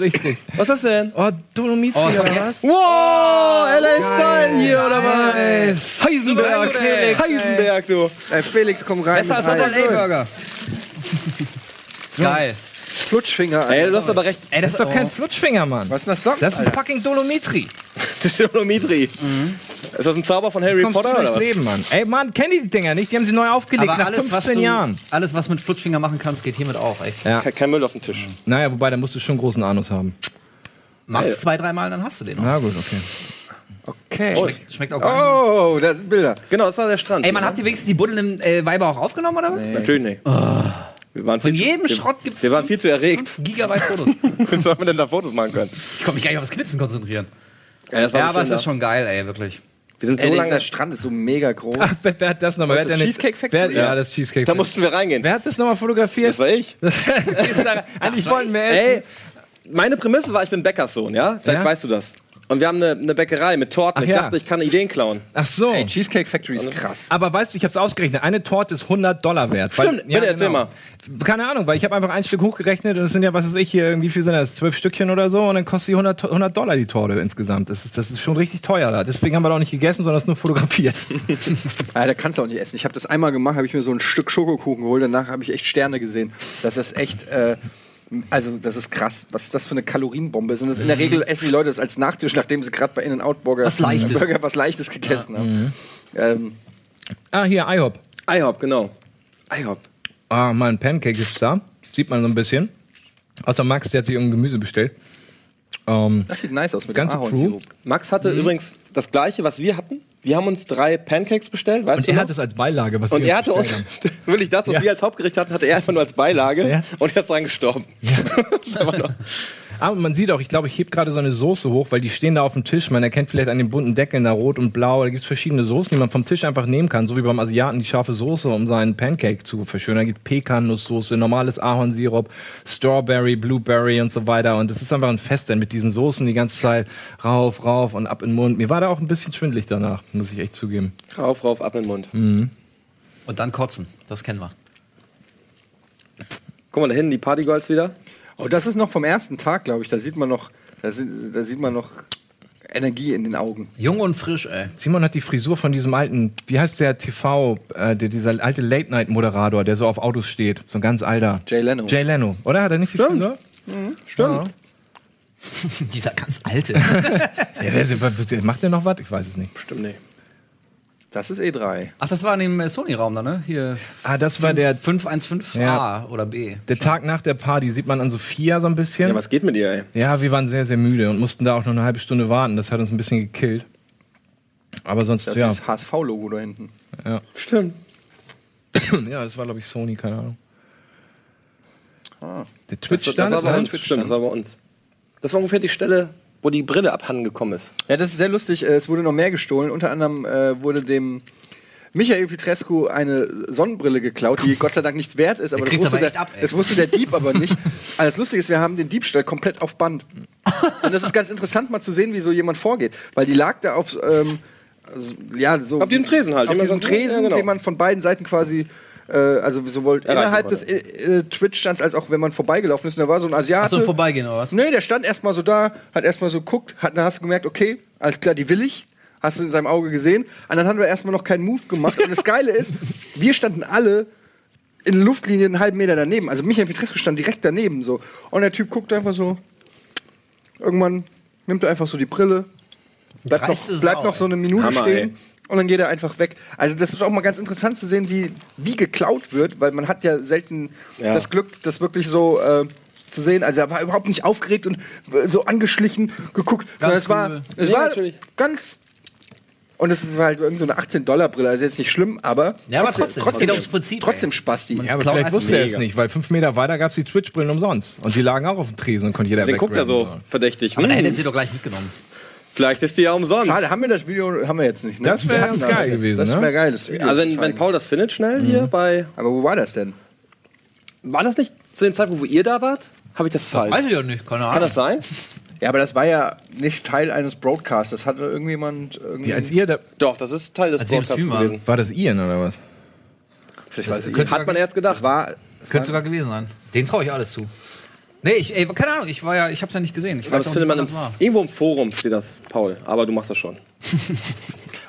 C: Richtig.
D: Was ist das denn?
C: Oh, Dolomit
B: Oh,
C: wieder,
B: jetzt-
C: was?
D: Wow, L.A. Style hier, oder
C: Ey,
D: was? Heisenberg,
B: Ey.
D: Heisenberg, du.
A: Ey, Äh, Felix, komm rein.
B: Besser als
A: rein.
B: ein burger Geil.
A: Flutschfinger. Alter.
D: Ey, du hast aber recht.
B: Ey, oh,
C: Das ist doch kein Flutschfinger, Mann.
A: Was ist denn das sonst?
C: Das ist ein
A: Alter?
C: fucking Dolomitri.
D: Dolomitri. Ist das ein Zauber von Harry
C: Kommst du
D: Potter
C: durchs
D: oder was?
C: Leben, Mann. Ey, Mann, kenn die Dinger nicht? Die haben sie neu aufgelegt
B: Aber
C: nach
B: alles, was
C: 15
B: du,
C: Jahren.
B: alles, was mit Flutschfinger machen kannst, geht hiermit auch, echt.
C: Ja.
D: Kein- Kein Müll auf dem Tisch.
C: Naja, wobei, da musst du schon großen Anus haben.
B: Mach's zwei, dreimal, dann hast du den.
C: Na gut, okay.
A: Okay.
B: Schmeckt, schmeckt auch gar nicht.
A: Oh, da sind Bilder.
D: Genau, das war der Strand.
B: Ey, man hat die wenigstens die buddelnden äh, Weiber auch aufgenommen, oder was?
D: Natürlich nicht. Wir waren
B: Von
D: viel zu-
B: jedem
D: wir-
B: Schrott gibt's
D: Wir waren viel zu erregt.
B: 5 Gigabyte Fotos.
D: Was sollen wir denn da Fotos machen können?
B: Ich konnte mich gar nicht auf das Knipsen konzentrieren.
D: Ja, das war
B: Ja,
D: so
B: aber es
D: schön
B: ist schon geil, ey, wirklich.
D: da. Wir sind so
A: Ey,
D: lange.
A: dieser Strand ist so mega groß.
C: Ach, wer, wer hat das nochmal?
A: Was
C: Wer hat
A: ist
C: denn-
A: Cheesecake Factory?
C: Wer, ja.
D: Ja.
C: das Cheesecake
D: Da
C: Factory.
D: mussten wir reingehen.
C: Wer hat das nochmal fotografiert?
D: Das war ich.
C: Eigentlich wollten wir
D: Ey,
C: essen.
D: meine Prämisse war, ich bin Bäckerssohn, ja? Vielleicht
C: Ja.
D: weißt du das. Und wir haben eine, eine Bäckerei mit Torten.
C: Ach
D: ich
C: ja.
D: dachte, ich kann Ideen klauen.
C: Ach so.
A: Ey, Cheesecake Factory ist krass.
C: Aber weißt du, ich habe es ausgerechnet. Eine Torte ist 100 Dollar wert. genau.
D: Stimmt, bitte erzähl
C: Keine Ahnung, weil ich habe einfach ein Stück hochgerechnet und es sind ja, was weiß ich, hier irgendwie, wie viel sind das? Zwölf Stückchen oder so und dann kostet die 100, To- 100 Dollar die Torte insgesamt. Das ist, das ist schon richtig teuer da. Deswegen haben wir da auch nicht gegessen, sondern es nur fotografiert.
A: Alter, Ah, kannst du auch nicht essen. Ich habe das einmal gemacht, habe ich mir so ein Stück Schokokuchen geholt. Danach habe ich echt Sterne gesehen. Das ist echt. Äh, also, das ist krass, was das für eine Kalorienbombe ist. Und das in der Regel essen die Leute das als Nachtisch, nachdem sie gerade bei In-N-Out Burger,
B: Was Leichtes.
A: Burger Mhm. was Leichtes gegessen haben. Ähm,
C: ah, hier, IHOP.
D: IHOP, genau. IHOP.
C: Ah, mein Pancake ist da. Sieht man so ein bisschen. Außer Max, der hat sich irgendein Gemüse bestellt. Ähm,
A: das sieht nice aus mit
C: Ganze
A: dem Ahornsirup.
D: Max hatte übrigens das gleiche, was wir hatten. Wir haben uns drei Pancakes bestellt, weißt
C: und
D: du?
C: er
D: noch?
C: hat es als Beilage, was
D: und
C: wir
D: er hatte uns,
C: bestellt haben.
D: wirklich das, was
C: Ja.
D: wir als Hauptgericht hatten, hatte er einfach nur als Beilage
C: Ja.
D: und er ist dran gestorben. ist einfach nur-
C: Aber man sieht auch, ich glaube, ich heb gerade so eine Soße hoch, weil die stehen da auf dem Tisch. Man erkennt vielleicht an den bunten Deckeln da rot und blau. Da gibt es verschiedene Soßen, die man vom Tisch einfach nehmen kann. So wie beim Asiaten die scharfe Soße, um seinen Pancake zu verschönern. Da gibt es Pekannusssoße, normales Ahornsirup, Strawberry, Blueberry und so weiter. Und das ist einfach ein Fest dann mit diesen Soßen die ganze Zeit rauf, rauf und ab in den Mund. Mir war da auch ein bisschen schwindelig danach, muss ich echt zugeben.
D: rauf, rauf, ab in den Mund.
B: Und dann kotzen, das kennen wir.
D: Guck mal, da hinten die Partygirls wieder.
A: Oh, das ist noch vom ersten Tag, glaube ich. Da sieht man noch, da, sind, da sieht man noch Energie in den Augen.
B: Jung und frisch, ey.
C: Simon hat die Frisur von diesem alten, wie heißt der TV, äh, der, dieser alte Late-Night-Moderator, der so auf Autos steht. So ein ganz alter.
A: Jay Leno.
C: Jay Leno, oder? Hat er nicht die
D: Stimmt.
C: Frisur?
D: Stimmt.
B: Dieser ganz alte.
C: Ja, der, der, der, macht der noch was? Ich weiß es nicht.
D: Stimmt, nee.
A: Das ist E3.
B: Ach, das war in dem äh, Sony-Raum da, ne? Hier.
C: Ah, das war der,
B: 515a
C: Ja.
B: oder B.
C: der Tag nach der Party. Sieht man an Sophia so ein bisschen.
D: Ja,
C: Ja,
D: was geht mit dir, ey?
C: wir waren sehr, sehr müde und mussten da auch noch eine halbe Stunde warten. Das hat uns ein bisschen gekillt. Aber sonst,
A: Das
C: ja.
A: ist das HSV-Logo da hinten.
D: Stimmt.
C: ja, das war, glaube ich, Sony, keine Ahnung.
A: Ah.
C: Der
D: Das, war- das
C: Twitch-Stand
D: war
C: ist
D: bei
C: halt-
D: uns. Stimmt, das war bei uns. Das war ungefähr die Stelle, wo die Brille abhanden gekommen ist.
A: Ja, das ist sehr lustig. Äh, Es wurde noch mehr gestohlen. Unter anderem äh, wurde dem Michael Petrescu eine Sonnenbrille geklaut, die Gott sei Dank nichts wert ist. Aber, das
B: kriegt's
A: wusste,
B: aber
A: der,
B: echt ab, ey.
A: das wusste der Dieb aber nicht. Aber das Lustige ist, wir haben den Diebstahl komplett auf Band. Und das ist ganz interessant, mal zu sehen, wie so jemand vorgeht. Weil die lag da auf, ähm, also, ja, so
D: Auf diesem Tresen halt,
A: Auf
D: den man
A: diesem
D: so-
A: Tresen,
D: ja, genau.
A: den man von beiden Seiten quasi... äh, Also sowohl
D: Erreichen
A: innerhalb des
D: konnte.
A: äh, äh, Twitch-Stands als auch wenn man vorbeigelaufen ist. Und da war so ein Asiate.
B: Achso, im Vorbeigehen oder was?
A: Nee, der stand erstmal so da, hat erstmal so geguckt, hat, dann hast du gemerkt, okay, alles klar, die will ich. Hast du in seinem Auge gesehen. Und dann haben wir erstmal noch keinen Move gemacht. Und das Geile ist, wir standen alle in Luftlinie einen halben Meter daneben. Also Michael Petrescu stand direkt daneben so. Und der Typ guckt einfach so. Irgendwann nimmt er einfach so die Brille, bleibt,
B: Dreiste
A: noch, bleibt
B: Sau,
A: noch so eine Minute
D: Hammer,
A: stehen.
D: ey.
A: Und dann geht er einfach weg. Also das ist auch mal ganz interessant zu sehen, wie, wie geklaut wird, weil man hat ja selten
D: Ja.
A: das Glück, das wirklich so äh, zu sehen. Also er war überhaupt nicht aufgeregt und äh, so angeschlichen geguckt, sondern es war,
B: cool.
A: es
D: Ja,
A: war
D: natürlich.
A: ganz... Und es war halt irgend so eine 18-Dollar-Brille, also jetzt nicht schlimm, aber
B: Ja, aber trotzdem.
A: trotzdem,
B: Geht aufs Prinzip,
A: trotzdem
B: ey.
A: Spasti.
B: Man-
C: Ja, aber
B: Klau
C: vielleicht
B: einfach
C: wusste er es
D: mega.
C: nicht, weil fünf Meter weiter gab es die Twitch-Brillen umsonst. Und die lagen auch auf dem Tresen und konnte jeder
D: Also Den guckt er
C: wegrennen.
D: so verdächtig.
B: Aber dann
D: Hm,
B: hätten sie doch gleich mitgenommen.
D: vielleicht ist die ja umsonst.
A: Schade, haben wir das Video haben wir jetzt nicht. Ne?
C: Das wäre
A: Wir hatten
C: ganz geil
A: das.
C: gewesen,
A: Das
C: ne?
A: wäre geil. Das Video zu
D: also wenn, wenn
A: zeigen.
D: Paul das findet schnell hier bei...
A: aber wo war das denn?
D: War das nicht zu dem Zeitpunkt, wo ihr da wart? Habe ich das falsch?
B: Weiß ich ja nicht, keine
D: Kann
B: Ahnung.
D: das sein?
A: Ja, aber das war ja nicht Teil eines Broadcasts. Das hatte irgendjemand. Irgendwie
C: Wie, als ihr da,
D: Doch, das ist Teil des
B: Als wir im
D: Broadcasts
B: Stream waren.
D: gewesen.
C: war das Ian oder was?
A: vielleicht
B: das
A: weiß ich
B: könnte,
D: Hat man erst gedacht.
A: war,
B: könnte sogar gewesen sein. Den traue ich alles zu. Nee, ich, ey, keine Ahnung, ich war ja, ich hab's ja nicht gesehen. Ich
D: Aber
B: weiß
D: das
B: auch
D: findet
B: nicht,
D: man
B: wann
D: im,
B: das war.
D: irgendwo im Forum, steht das, Paul. Aber du machst das schon.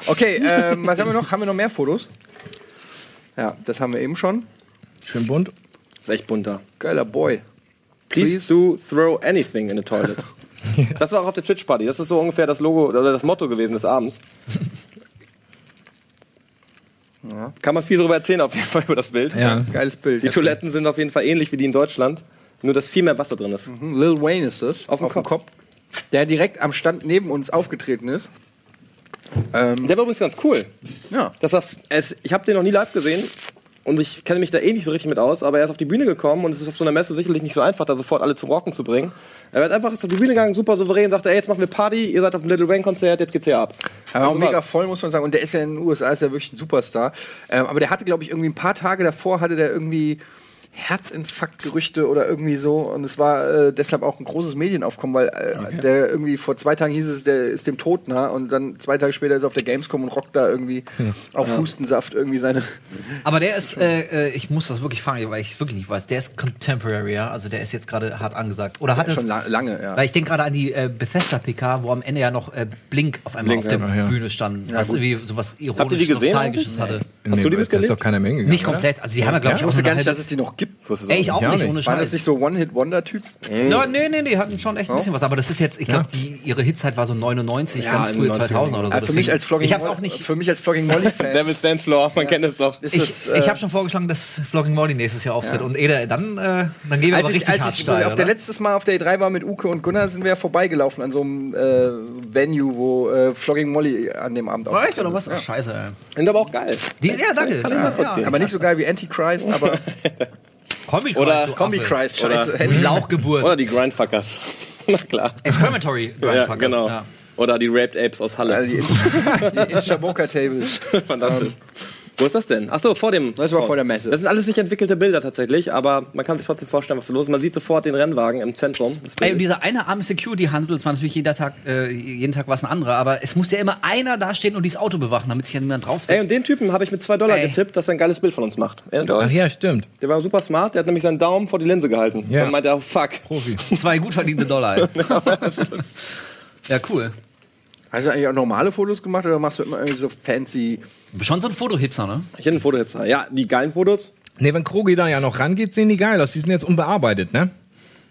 A: Okay, ähm, was haben wir noch? Haben wir noch mehr Fotos? Ja, das haben wir eben schon.
C: Schön bunt.
D: Ist echt bunter.
A: Geiler Boy.
D: Please, do throw anything in the toilet. Das war auch auf der Twitch-Party. Das ist so ungefähr das Logo oder das Motto gewesen des Abends. Kann man viel darüber erzählen, auf jeden Fall über das Bild.
C: Ja.
A: Geiles Bild.
D: Die Toiletten sind auf jeden Fall ähnlich wie die in Deutschland, nur dass viel mehr Wasser drin ist.
A: Hm, Lil Wayne ist das.
D: Auf dem Kopf.
A: Der direkt am Stand neben uns aufgetreten ist. Ähm,
D: Der war übrigens ganz cool.
A: ja.
D: Das war, es, ich habe den noch nie live gesehen und ich kenne mich da eh nicht so richtig mit aus, aber er ist auf die Bühne gekommen und es ist auf so einer Messe sicherlich nicht so einfach, da sofort alle zum Rocken zu bringen. Er hat einfach ist auf die Bühne gegangen, super souverän, sagte, ey, jetzt machen wir Party, ihr seid auf dem Little Wayne Konzert, jetzt geht's hier ab.
B: Also
D: Also
A: Aber
D: Und so
A: auch mega
D: war's.
A: voll, muss man sagen. Und der ist ja in den USA, ist ja wirklich ein Superstar. Ähm, aber der hatte, glaube ich, irgendwie ein paar Tage davor, hatte der irgendwie Herzinfarktgerüchte oder irgendwie so. Und es war äh, deshalb auch ein großes Medienaufkommen, weil äh, der irgendwie vor zwei Tagen hieß es, der ist dem Tod nah. Und dann zwei Tage später ist er auf der Gamescom und rockt da irgendwie
B: Hm.
A: auf Hustensaft irgendwie seine.
B: Aber der ist, äh, äh, ich muss das wirklich fragen, weil ich es wirklich nicht weiß. Der ist Contemporary, ja? Also der ist jetzt gerade hart angesagt. Oder hat es.
A: Schon la lange, ja.
B: Weil ich denke gerade an die äh, Bethesda-PK, wo am Ende ja noch äh, Blink auf einmal auf der Bühne stand. was irgendwie sowas
D: Habt ihr die
B: ironisch
D: gesehen
B: Nostalgisches hatte.
D: Hast du die
C: Das ist doch
D: mitgelegt?
C: keiner mehr hingegangen.
B: Nicht komplett. Also die haben ja, glaube ich,
A: Ich
B: auch
A: wusste
B: so
A: gar
B: eine
A: nicht, dass
B: halbe-
A: es die noch gibt.
B: Ey, ich auch
C: Ja,
B: nicht,
C: nicht.
B: ohne
A: War
B: Scheiß.
A: das nicht so One-Hit-Wonder-Typ?
B: Ja, nee, nee, die hatten schon echt ein bisschen was. Aber das ist jetzt, ich glaube, ihre Hitzeit war so 99, ganz früh
D: 91.
B: 2000 oder so.
A: für, mich
B: Deswegen-
A: als Flogging
B: ich hab's auch nicht.
A: für mich als Flogging Molly-Fan. äh,
D: Devil Stands Floor, man kennt es doch.
B: Ich, ich habe schon vorgeschlagen, dass Flogging Molly nächstes Jahr auftritt. Und Ede, dann, äh, dann gehen wir
A: Als
B: aber
A: ich,
B: richtig
A: als
B: hart
A: ich
B: steil,
A: auf der
B: oder?
A: letztes Mal auf der E3 war mit Uke und Gunnar, sind wir ja vorbeigelaufen an so einem äh, Venue, wo äh, Flogging Molly an dem Abend
B: War
A: auch.
B: echt oder was? Ach, scheiße, ey.
D: Sind aber auch geil.
B: Die, ja, danke.
D: Kann ich nachvollziehen.
A: Aber nicht so geil wie Antichrist, aber
B: Comic
D: Oder
A: Combi-Christ, scheiße.
B: Oder Lauchgeburt.
D: Oder die Grindfuckers. Na klar.
B: Experimentary
D: Ja,
B: Grindfuckers.
D: genau.
B: Ja.
D: Oder die Raped Apes aus Halle.
A: Also die, die Inshaboka Tables.
D: Fantastisch. Ähm, Wo ist das denn? Achso, vor dem.
A: Das war
D: Haus.
A: vor der Messe.
D: Das sind alles nicht entwickelte Bilder tatsächlich, aber man kann sich trotzdem vorstellen, was da los ist. Man sieht sofort den Rennwagen im Zentrum. des
B: Ey,
D: Bildes.
B: und dieser eine arme Security-Hansel, es war natürlich jeder Tag, äh, jeden Tag was ein anderer, aber es muss ja immer einer dastehen und dieses Auto bewachen, damit sich ja niemand
D: Ey, und
B: draufsetzt.
D: den Typen habe ich mit 2 Dollar
B: Ey.
D: getippt, dass er ein geiles Bild von uns macht. Erinnert ihr
C: Ach
D: euch?
C: ja, stimmt.
D: Der war super smart, der hat nämlich seinen Daumen vor die Linse gehalten.
C: Ja.
D: Dann meinte er, oh, fuck.
C: Profi.
B: Zwei gut verdiente Dollar. Ey. ja, cool.
A: Hast du eigentlich auch normale Fotos gemacht oder machst du immer irgendwie so fancy?
B: Du bist schon so ein Fotohipster, ne?
D: Ich hätte ein Foto jetzt. Ja, die geilen Fotos.
C: Ne, wenn Krogi da ja noch rangeht, sehen die geil aus. Die sind jetzt unbearbeitet, ne?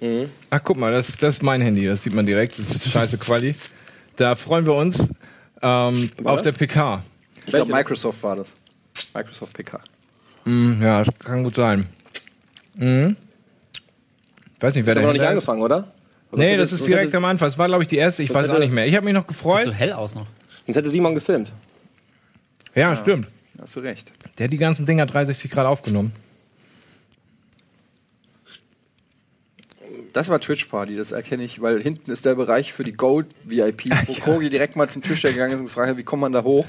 D: Mhm.
C: Ach, guck mal, das, das ist mein Handy. Das sieht man direkt. Das ist scheiße Quali. Da freuen wir uns ähm, auf der PK.
A: Ich glaube,
D: Welche?
A: Microsoft war das. Microsoft PK.
C: Hm, ja, das kann gut sein. Mhm. Ich weiß nicht, wer
D: Das haben wir noch nicht
C: dahinter
D: angefangen, oder? Sonst
C: Nee,
D: hätte-
C: das ist
D: sonst
C: direkt
D: hätte-
C: am Anfang. Das war, glaube ich, die erste. Ich
D: Sonst
C: weiß auch
D: hätte-
C: nicht mehr. Ich habe mich noch gefreut.
B: Sieht so hell aus noch.
D: Sonst hätte Simon gefilmt.
C: Ja, stimmt.
A: Hast du recht.
C: Der hat die ganzen Dinger 360 Grad aufgenommen.
A: Das war Twitch Party, das erkenne ich, weil hinten ist der Bereich für die Gold VIPs, wo Kogi direkt mal zum Tisch gegangen ist und gefragt hat, wie kommt man da hoch?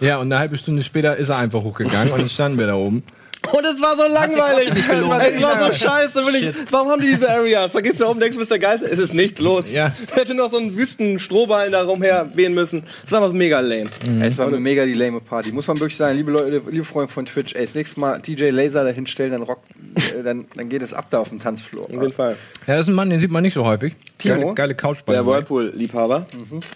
C: Ja, und eine halbe Stunde später ist er einfach hochgegangen und dann standen wir da oben.
D: Und es war so langweilig.
B: nicht gelohnt.
D: Es war so scheiße. Will ich, warum haben die diese Areas? Da gehst du da oben, denkst, du bist der Geilste. Es ist nichts los.
C: Ja.
D: Hätte noch so einen wüsten Strohballen da rumher wehen müssen. Das war was mega lame.
A: Ey, Es war eine mega die lame Party. Muss man wirklich sagen, liebe Leute, liebe Freunde von Twitch, ey, das nächste Mal DJ Laser dahin stellen, dann rockt, äh, dann, dann geht es ab da auf dem Tanzfloor.
D: Auf jeden Fall.
C: Ja, das ist ein Mann, den sieht man nicht so häufig.
A: Timo?
C: Geile, geile
D: Der
C: Couchbeine.
D: Whirlpool-Liebhaber.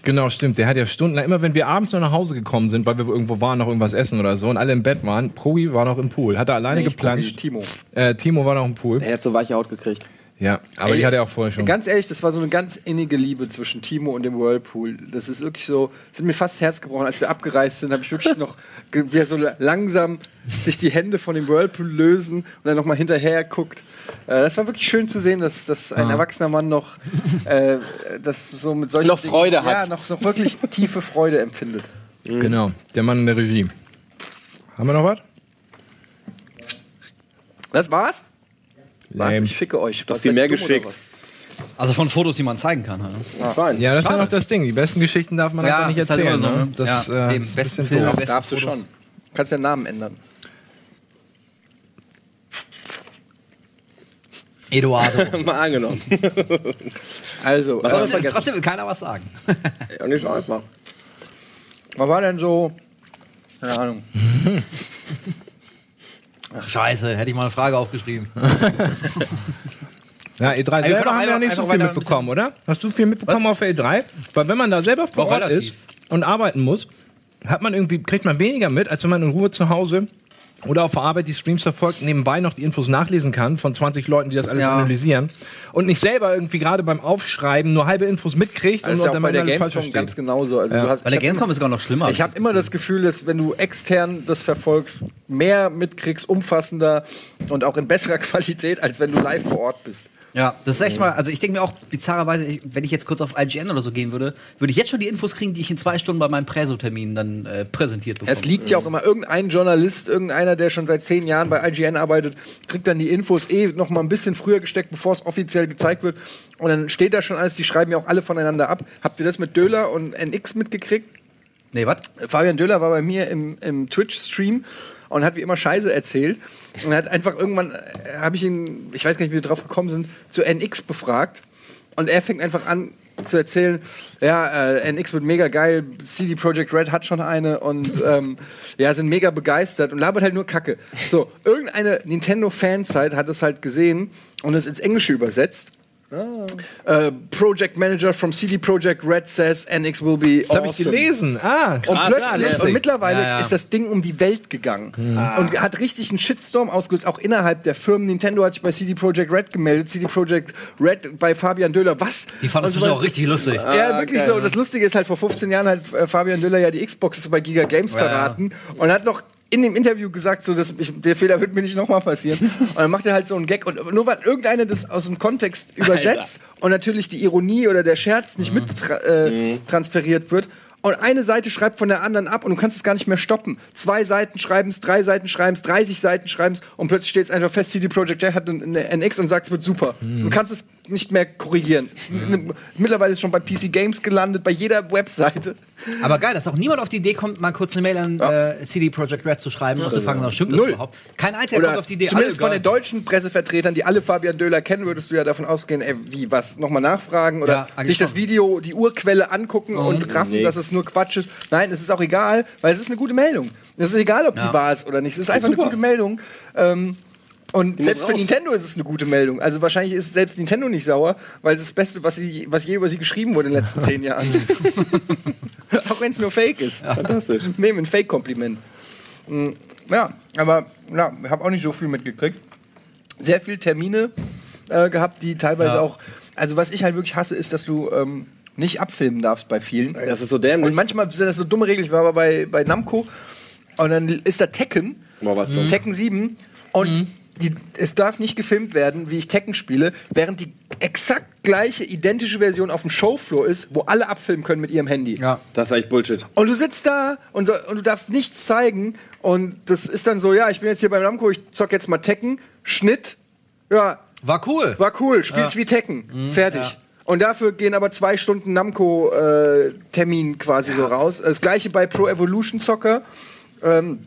C: Genau, stimmt. Der hat ja stundenlang, immer wenn wir abends noch nach Hause gekommen sind, weil wir irgendwo waren, noch irgendwas essen oder so und alle im Bett waren, Progi war noch im Pool. Hat er alleine
A: Nicht Kogi,
C: geplanscht.
A: Timo.
C: Äh, Timo war noch im Pool.
D: Er hat so weiche Haut gekriegt.
C: Ja, aber
A: Ey,
C: die hat er auch vorher schon.
A: Ganz ehrlich, das war so eine ganz innige Liebe zwischen Timo und dem Whirlpool. Das ist wirklich so, sind mir fast das Herz gebrochen. Als wir abgereist sind, habe ich wirklich noch, ge- wie er so la- langsam sich die Hände von dem Whirlpool lösen und dann nochmal hinterher guckt. Äh, das war wirklich schön zu sehen, dass, dass ein erwachsener Mann noch, äh, das so mit solchen
D: Noch Freude
A: Dingen, Ja,
D: hat.
A: noch, noch wirklich tiefe Freude empfindet.
C: Genau, der Mann in der Regie. Haben wir noch was?
A: Das war's? Was?
C: Lame.
A: Ich ficke euch. Habt
D: doch viel mehr geschickt.
B: Also von Fotos, die man zeigen kann. Halt. ne?
D: Fein.
C: Ja, das ist ja noch das Ding. Die besten Geschichten darf man
B: Ja,
C: einfach nicht
B: ist halt
C: erzählen.
B: immer so,
C: ne?
B: ne?
C: Das
B: Ja,
C: äh,
B: eben,
C: ist
B: besten
C: ein bisschen
B: Film,
C: doof.
B: besten
A: Darfst du
B: Fotos.
A: schon. Kannst den Namen ändern.
B: Eduardo.
D: Mal angenommen.
A: Also,
D: Was
A: äh,
D: hast
B: trotzdem, trotzdem will keiner was sagen.
D: Ja, nicht so einfach.
A: was war denn so, keine Ahnung,
B: Ach, scheiße, hätte ich mal eine Frage aufgeschrieben.
C: Ja,
B: Also können
C: E3
B: auch
C: selber haben wir
B: einfach-
C: ja nicht
B: einfach
C: so viel
B: weiter ein
C: mitbekommen, oder? Hast du viel mitbekommen auf der E3? Weil wenn man da selber vor
B: Auch
C: Ort
B: relativ.
C: ist und arbeiten muss, hat man irgendwie, kriegt man weniger mit, als wenn man in Ruhe zu Hause oder auf der Arbeit die Streams verfolgt, nebenbei noch die Infos nachlesen kann von 20 Leuten, die das alles
B: Ja.
C: analysieren und nicht selber irgendwie gerade beim Aufschreiben nur halbe Infos mitkriegt
A: Das ist ja
C: und
A: Also auch bei der
C: alles falsch
A: Gamescom
C: versteht.
A: ganz genauso. Also du hast,
B: Bei der
A: ich hab
B: Gamescom ist sogar noch schlimmer.
A: immer- Ich
B: hab
A: habe immer das Gefühl, dass wenn du extern das verfolgst, mehr mitkriegst, umfassender und auch in besserer Qualität, als wenn du live vor Ort bist.
B: Ja, das ist echt mal, also ich denke mir auch bizarrerweise, ich- wenn ich jetzt kurz auf IGN oder so gehen würde, würde ich jetzt schon die Infos kriegen, die ich in zwei Stunden bei meinem Präsotermin dann äh, präsentiert bekomme.
A: Es liegt ja auch immer irgendein Journalist, irgendeiner, der schon seit zehn Jahren bei IGN arbeitet, kriegt dann die Infos eh noch mal ein bisschen früher gesteckt, bevor es offiziell gezeigt wird. Und dann steht da schon alles, die schreiben ja auch alle voneinander ab. Habt ihr das mit Döler und NX mitgekriegt?
B: nee, was?
A: Fabian Döller war bei mir im, im Twitch-Stream und hat wie immer Scheiße erzählt. Und hat einfach irgendwann, äh, habe ich ihn, ich weiß gar nicht, wie wir drauf gekommen sind, zu NX befragt. Und er fängt einfach an zu erzählen, ja, äh, NX wird mega geil, CD Projekt Red hat schon eine und ähm, ja, sind mega begeistert und labert halt nur Kacke. So, irgendeine Nintendo-Fanzeit hat es halt gesehen und es ins Englische übersetzt.
C: Ah.
A: Äh, Project Manager from CD Projekt Red says NX will be
C: Das habe
A: awesome.
C: ich gelesen. Ah,
A: Und
B: Krass,
A: plötzlich,
B: lustig.
A: und mittlerweile
B: Ja, Ah. ja.
A: ist das Ding um die Welt gegangen. Und hat richtig einen Shitstorm ausgelöst, auch innerhalb der Firmen. Nintendo hat sich bei CD Projekt Red gemeldet, CD Projekt Red bei Fabian Döhler. Was?
B: Die fanden
A: Und
B: es
A: so
B: bestimmt
A: weiter.
B: auch Ah, richtig lustig.
A: Ja, wirklich
D: geil.
A: so. Und das Lustige ist halt, vor 15 Jahren hat äh, Fabian Döller ja die Xbox bei Giga Games
B: Ja,
A: verraten und hat noch in dem Interview gesagt, so, dass ich, der Fehler wird mir nicht nochmal passieren. Und dann macht er halt so einen Gag und nur weil irgendeiner das aus dem Kontext übersetzt und natürlich die Ironie oder der Scherz nicht mit tra äh, transferiert wird. Und eine Seite schreibt von der anderen ab und du kannst es gar nicht mehr stoppen. Zwei Seiten schreiben es, drei Seiten schreiben es, 30 Seiten schreiben es und plötzlich steht es einfach fest, CD Projekt Red hat eine NX und sagt, es wird super. Du kannst es nicht mehr korrigieren. Mittlerweile ist es schon bei PC Games gelandet, bei jeder Webseite.
B: Aber geil, dass auch niemand auf die Idee kommt, mal kurz eine Mail an äh, CD Projekt Red zu schreiben und zu fragen, was stimmt das
A: Null.
B: überhaupt? Kein einziger kommt auf die Idee.
A: Zumindest
B: alle
A: von den
B: geil.
A: deutschen Pressevertretern, die alle Fabian Döhler kennen, würdest du ja davon ausgehen, ey, wie, was, nochmal nachfragen
B: Ja, Mhm.
A: oder
B: eigentlich
A: sich das
B: schon.
A: Video, die Urquelle angucken und raffen, dass es nur Quatsch ist. Nein, es ist auch egal, weil es ist eine gute Meldung. Es ist egal, ob die
B: Ja.
A: wahr ist oder nicht. Es ist einfach eine
D: super.
A: gute Meldung. Ähm, und selbst für
D: raus.
A: Nintendo ist es eine gute Meldung. Also wahrscheinlich ist selbst Nintendo nicht sauer, weil es das Beste, was, sie, was je über sie geschrieben wurde in den letzten zehn Jahren. auch wenn es nur Fake ist.
D: Fantastisch.
A: Nehmen ein Fake-Kompliment. Mm, Ja, aber ja, habe auch nicht so viel mitgekriegt. Sehr viel Termine äh, gehabt, die teilweise
B: Ja.
A: auch. Also was ich halt wirklich hasse, ist, dass du ähm, nicht abfilmen darfst bei vielen.
D: Das ist so dämlich.
A: Und manchmal sind das so dumme Regeln. Ich war aber bei, bei Namco und dann ist da Tekken.
D: Boah, was dumm.
A: Tekken 7. Und die, es darf nicht gefilmt werden, wie ich Tekken spiele, während die exakt gleiche, identische Version auf dem Showfloor ist, wo alle abfilmen können mit ihrem Handy.
B: Ja.
D: Das ist eigentlich Bullshit.
A: Und du sitzt da und, so, und du darfst nichts zeigen. Und das ist dann so, ja, ich bin jetzt hier beim Namco, ich zock jetzt mal Tekken. Schnitt. Ja,
B: War cool. Mhm.
A: war cool, spielst wie Tekken. Fertig.
B: ja.
A: Und dafür gehen aber zwei Stunden Namco-Termin quasi so raus. Das gleiche bei Pro Evolution Soccer. Ähm,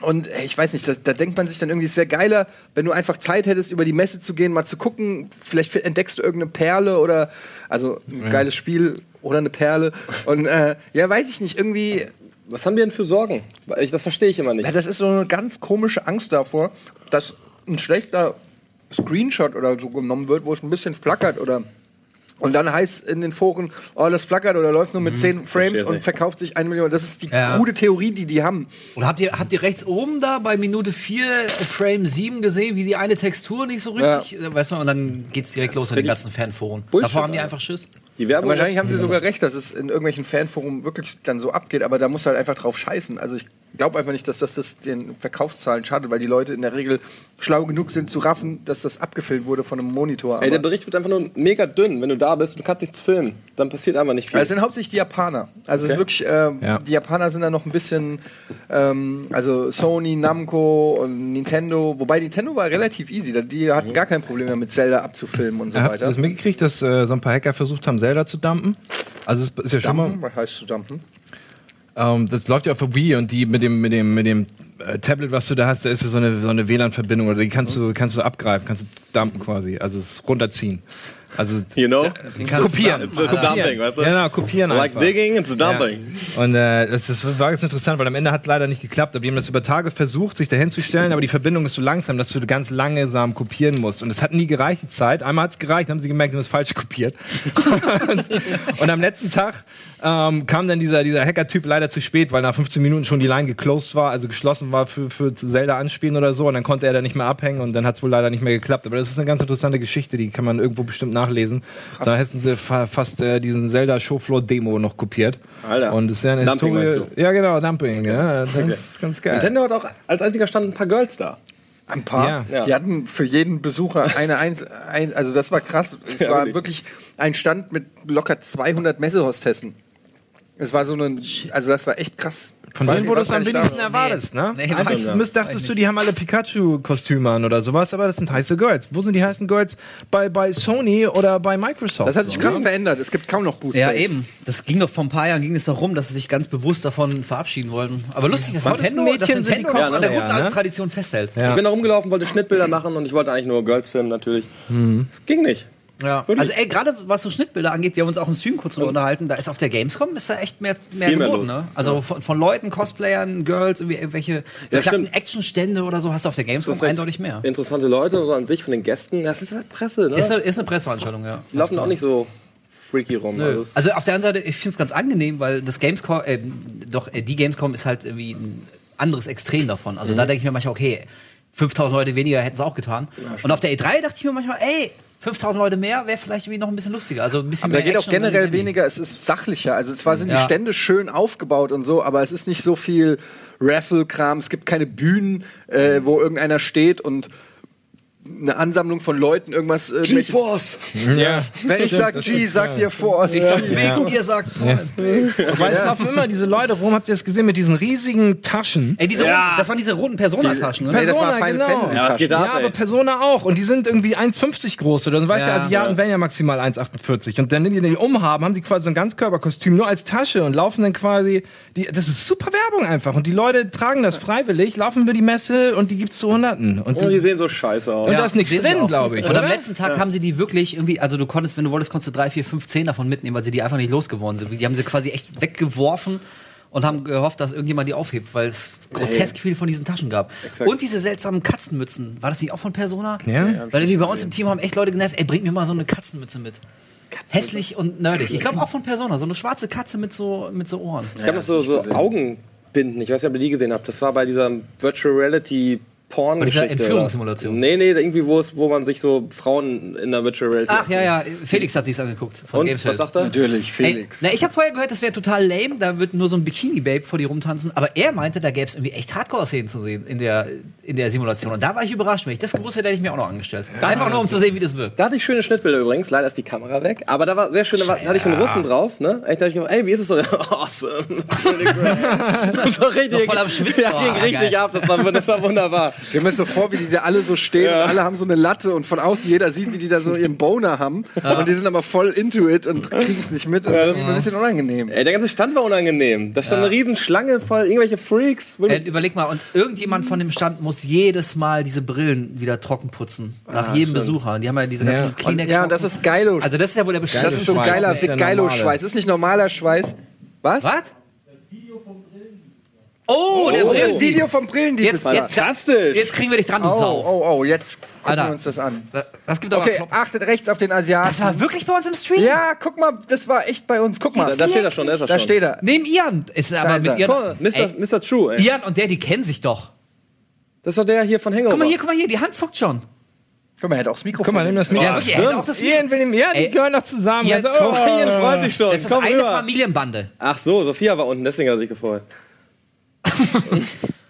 A: und ey, ich weiß nicht, das, da denkt man sich dann irgendwie, es wäre geiler, wenn du einfach Zeit hättest, über die Messe zu gehen, mal zu gucken. Vielleicht f- entdeckst du irgendeine Perle oder, also ein geiles Spiel oder eine Perle. Und äh, ja, weiß ich nicht, irgendwie,
D: Was haben die denn für Sorgen? Ich, das verstehe ich immer nicht.
A: ja, das ist so eine ganz komische Angst davor, dass ein schlechter Screenshot oder so genommen wird, wo es ein bisschen flackert oder. Und dann heißt in den Foren, oh, das flackert oder läuft nur mit 10 Frames
D: verstehe
A: und
D: nicht.
A: verkauft sich eine Million. Das ist die
B: Ja.
A: gute Theorie, die die haben.
B: Und habt ihr, habt ihr rechts oben da bei Minute 4, äh, Frame 7 gesehen, wie die eine Textur nicht so richtig, äh, weißt du, und dann geht's direkt los in den
D: richtig
B: ganzen Fanforen.
D: Bullshit,
B: Davor haben die
D: Alter.
B: einfach Schiss.
D: Die Werbung.
A: wahrscheinlich haben sie sogar recht, dass es in irgendwelchen Fanforum wirklich dann so abgeht, aber da muss halt einfach drauf scheißen. Also ich glaube einfach nicht, dass das, das den Verkaufszahlen schadet, weil die Leute in der Regel schlau genug sind zu raffen, dass das abgefilmt wurde von einem Monitor.
D: Ey, der
A: Aber-
D: Bericht wird einfach nur mega dünn. Wenn du da bist und du kannst nichts filmen, dann passiert einfach nicht viel.
A: Also es sind hauptsächlich die Japaner. Also es ist wirklich, ähm,
C: Ja.
A: die Japaner sind da noch ein bisschen, ähm, also Sony, Namco und Nintendo. Wobei Nintendo war relativ easy. da- Die hatten gar kein Problem mehr mit Zelda abzufilmen und so
C: Habt ihr
A: weiter.
C: Mhm. das mitgekriegt, dass äh, so ein paar Hacker versucht haben, Zelda zu dumpen? Also es ist ja schon mal,
A: Dumpen? Mhm, Was heißt zu dumpen?
C: ähm, das läuft ja auf der Wii und die mit dem mit dem mit dem äh, Tablet, was du da hast, da ist ja so eine so eine WLAN-Verbindung oder die kannst du kannst du abgreifen, kannst du dumpen quasi, also es runterziehen. Also
D: you know?
B: kannst
C: kopieren.
B: dumpen.
D: It's a dumping, weißt du?
C: Ja, genau, kopieren
D: Like
C: einfach.
D: digging, it's a dumping.
C: Und äh, das, das war ganz interessant, weil am Ende hat es leider nicht geklappt. Aber die haben das über Tage versucht, sich dahin zu stellen, aber die Verbindung ist so langsam, dass du ganz langsam kopieren musst. Und es hat nie gereicht, die Zeit. Einmal hat es gereicht, dann haben sie gemerkt, sie haben es falsch kopiert. und, und am letzten Tag ähm, kam dann dieser, dieser Hacker-Typ leider zu spät, weil nach 15 Minuten schon die Line geclosed war, also geschlossen war für, für Zelda anspielen oder so. Und dann konnte er da nicht mehr abhängen und dann hat es wohl leider nicht mehr geklappt. Aber das ist eine ganz interessante Geschichte, die kann man irgendwo bestimmt nachlesen. Da hätten sie fa fast äh, diesen Zelda-Showfloor-Demo noch kopiert.
D: Alter.
C: Und es ist ja eine
D: Dumping
C: Historie.
D: meinst
C: Ja, genau, Dumping. Ja, das ist ganz geil.
D: Nintendo hat auch als einziger Stand ein paar Girls da.
A: Ein paar.
C: Ja.
D: Ja.
A: Die hatten für jeden Besucher eine Eins. Ein, also das war krass. Es
D: Ja,
A: war
D: wirklich.
A: wirklich ein Stand mit locker 200 Messehostessen. Es war so ein, also das war echt krass.
C: Von
A: Zwei-
C: denen, wo du es
A: war
C: am
A: gar nicht
C: wenigsten
A: da.
C: erwartest, ne?
B: Nee,
C: Eigentlich
B: weiß ich
C: müsst- dachtest du, die haben alle Pikachu-Kostüme an oder sowas, aber das sind heiße Girls. Wo sind die heißen Girls? Bei, bei Sony oder bei Microsoft?
A: Das hat sich krass verändert. Es gibt kaum noch Bootcamps.
B: Ja, eben. Das ging doch vor ein paar Jahren, ging es doch rum, dass sie sich ganz bewusst davon verabschieden wollten. Aber lustig, dass
C: War das
B: Nintendo,
C: ein
B: dass
C: Mädchen, sind
B: Nintendo
C: die
B: noch
C: Kopf-
B: an der
C: Ja,
B: guten
C: ne?
B: alten Tradition festhält.
C: Ja.
D: Ich bin da rumgelaufen, wollte Schnittbilder machen und ich wollte eigentlich nur Girls filmen, natürlich. Es ging nicht.
B: Ja.
D: Wirklich?
B: Also ey, gerade was so Schnittbilder angeht, wir haben uns auch im Stream kurz drüber unterhalten, da ist auf der Gamescom ist da echt mehr, mehr
D: Viel mehr
B: geboten,
D: los.
B: ne? Also von, von Leuten, Cosplayern, Girls, irgendwie irgendwelche geklappten
D: stimmt.
B: Actionstände oder so hast du auf der Gamescom
D: Das heißt,
B: eindeutig mehr.
D: Interessante Leute, so an sich von den Gästen. Das ist halt Presse, ne?
B: Ist eine, ist eine Presseveranstaltung, ja.
D: die laufen auch nicht so freaky rum.
B: Nö.
D: es-
B: Also auf der einen Seite, ich finde es ganz angenehm, weil das Gamescom, äh, doch äh, die Gamescom ist halt irgendwie ein anderes Extrem davon. Also
A: Mhm.
B: da denke ich mir manchmal, okay, 5000 Leute weniger hätten es auch getan. Und auf der E3 dachte ich mir manchmal, ey, 5000 Leute mehr wäre vielleicht irgendwie noch ein bisschen lustiger. Also ein bisschen
A: Aber da
B: mehr
A: geht auch
B: Action und
A: generell
B: irgendwie-
A: weniger, es ist sachlicher. Also zwar sind
B: Ja.
A: die Stände schön aufgebaut und so, aber es ist nicht so viel Raffle-Kram, es gibt keine Bühnen, äh, wo irgendeiner steht und eine Ansammlung von Leuten irgendwas. irgendwelche-
D: GeForce!
C: Ja.
A: Wenn ich sag G, sagt ihr vor.
B: Ich sag Big und ihr sagt Paul.
C: Weil es laufen immer diese Leute rum, habt ihr das gesehen, mit diesen riesigen Taschen.
B: Ey, diese roten, das waren diese roten Personataschen, ne?
A: Nee, das war
C: Persona,
A: Final
C: genau.
A: Fantasy.
D: Ja, was geht
C: Ja,
D: da ab,
C: aber
D: ey?
C: Persona auch. Und die sind irgendwie 1,50 groß oder so. Weißt ja,
B: Ja.
C: du, Asiaten
D: Ja.
C: werden ja maximal 1,48. Und dann, wenn die den umhaben, haben sie quasi so ein Ganzkörperkostüm nur als Tasche und laufen dann quasi. Die, das ist super Werbung einfach. Und die Leute tragen das freiwillig, laufen über die Messe und die gibt's zu Hunderten. Und, die,
D: Oh, die sehen so scheiße aus.
C: und da ist nichts
B: Sehen Sie
C: drin,
B: auch.
C: glaube ich.
B: Und
C: oder?
B: am letzten Tag haben sie die wirklich irgendwie, also du konntest, wenn du wolltest, konntest du drei, vier, fünf, zehn davon mitnehmen, weil sie die einfach nicht losgeworden sind. Die haben sie quasi echt weggeworfen und haben gehofft, dass irgendjemand die aufhebt, weil es grotesk viel von diesen Taschen gab. Und diese seltsamen Katzenmützen. War das nicht auch von Persona?
C: Ja. Ja,
B: Weil wir bei uns im Team haben echt Leute genervt, ey, bring mir mal so eine Katzenmütze mit. Hässlich und nerdig. Ich glaube auch von Persona, so eine schwarze Katze mit so, mit so Ohren.
D: Es gab noch so, so Augenbinden, ich weiß nicht, ob ihr die gesehen habt. Das war bei dieser Virtual Reality Porn.
B: Bei dieser Entführungssimulation.
D: Nee, nee, irgendwie, wo, es, wo man sich so Frauen in der Virtual Reality.
B: Ach ja, ja, Felix hat sich's angeguckt von
D: Und
B: Gamesfeld.
D: was sagt er?
A: Natürlich,
B: Ey,
A: Felix.
B: na, ich habe vorher gehört, das wäre total lame, da wird nur so ein Bikini-Babe vor dir rumtanzen, aber er meinte, da gäbe es irgendwie echt Hardcore-Szenen zu sehen in der, in der Simulation. Und da war ich überrascht, wenn ich das gewusst hätte, hätte ich mir auch noch angestellt. Einfach nur, um zu sehen, wie das wirkt.
D: Da hatte ich schöne Schnittbilder übrigens, leider ist die Kamera weg. Aber da war sehr schön, da, war, da hatte ich so einen Russen drauf, ne? Echt, da hab ich gedacht, ey, wie ist es so? Awesome. das war richtig.
B: Noch voll am Schwitzen.
D: Ja, ging
B: Ah,
D: richtig
B: geil.
D: ab, das war, das war wunderbar.
A: Stell mir das so vor, wie die da alle so stehen und alle haben so eine Latte und von außen jeder sieht, wie die da so ihren Boner haben. Und die sind aber voll into it und kriegen es nicht mit. Und das ist mir ein bisschen unangenehm.
D: Ey, der ganze Stand war unangenehm. Da stand eine riesen Schlange voll irgendwelche Freaks.
B: Äh,
D: Wirklich.
B: überleg mal, und irgendjemand von dem Stand muss jedes Mal diese Brillen wieder trocken putzen. Nach jedem Besucher. Und die haben ja diese ganzen
C: Ja.
B: kleenex
A: Ah, ja, und das ist geilo.
B: Also, das ist ja wohl der
A: das ist so
C: Schweiß,
A: geiler
C: nicht der normale.
A: Geilo-Schweiß. Das ist nicht normaler Schweiß. Was?
B: Was? Oh, der
A: Oh, das
B: Brillendieb.
A: Video vom Brillendieb
B: Jetzt,
A: ist da.
B: jetzt,
D: Fantastisch.
B: jetzt kriegen wir dich dran, du
A: Oh,
B: Sau.
A: oh, oh, jetzt gucken
B: Alter.
A: wir uns das an.
B: Das gibt aber
A: Okay,
B: Klopp.
A: achtet rechts auf den Asiaten.
B: Das war wirklich bei uns im Stream?
A: ja, guck mal, das war echt bei uns. Guck mal,
D: Da, da steht er schon, da ist er
A: da
D: schon.
A: steht er.
B: Neben Ian. Ist aber
A: ist
B: mit
A: er.
B: Ian.
D: Mr.
B: Ey,
D: Mr. True, ey.
B: Ian und der, die kennen sich doch.
D: Das ist doch der hier von Hangover.
B: Guck mal hier, guck mal hier, die Hand zuckt schon.
A: Guck mal, er hat auch das Mikrofon.
C: Guck mal, nimm das mit.
B: Ja, wirklich, er hätte auch das
C: Ian will ihm, ja, die
B: Ey.
C: gehören doch zusammen.
B: Ja,
C: Also,
D: Guck mal, Ian freut sich schon.
B: Das ist
D: Komm
B: eine
D: rüber.
B: Familienbande.
D: Ach so, Sophia war unten, deswegen hat er sich gefreut.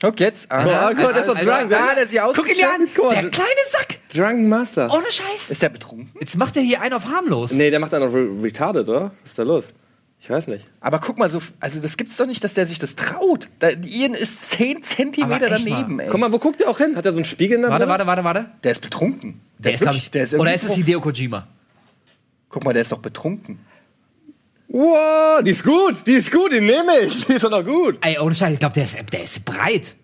A: Guck jetzt. Ah,
D: Boah, guck mal, der ist doch
B: Also,
D: drunk.
A: da hat er sich
B: Guck ihn dir an,
A: ausgeschaltet.
B: der kleine Sack.
D: Drunk Master.
B: Ohne Scheiß.
A: Ist der betrunken?
B: Jetzt macht er hier einen auf harmlos.
D: Nee, der macht einen auf re- retarded, oder? Was ist da los? Ich weiß nicht.
A: Aber guck mal, so, also das gibt's doch nicht, dass der sich das traut. Da, Ian ist 10 Zentimeter
B: Aber echt mal.
A: daneben, ey.
D: Guck mal, wo guckt der auch hin? Hat er so einen Spiegel in der
B: Warte,
D: Brille?
B: warte, warte, warte.
A: der ist betrunken.
B: Der ist, glaube
A: wirklich-
B: ich.
A: der ist
B: oder
A: irgendwie oh.
B: ist es
A: drauf.
B: Hideo Kojima?
A: Guck mal, der ist doch betrunken.
D: Wow, die ist gut, die ist gut, die nehme ich. Die ist doch noch gut.
B: Ey, ohne Scheiß, ich glaube, der ist, der ist breit.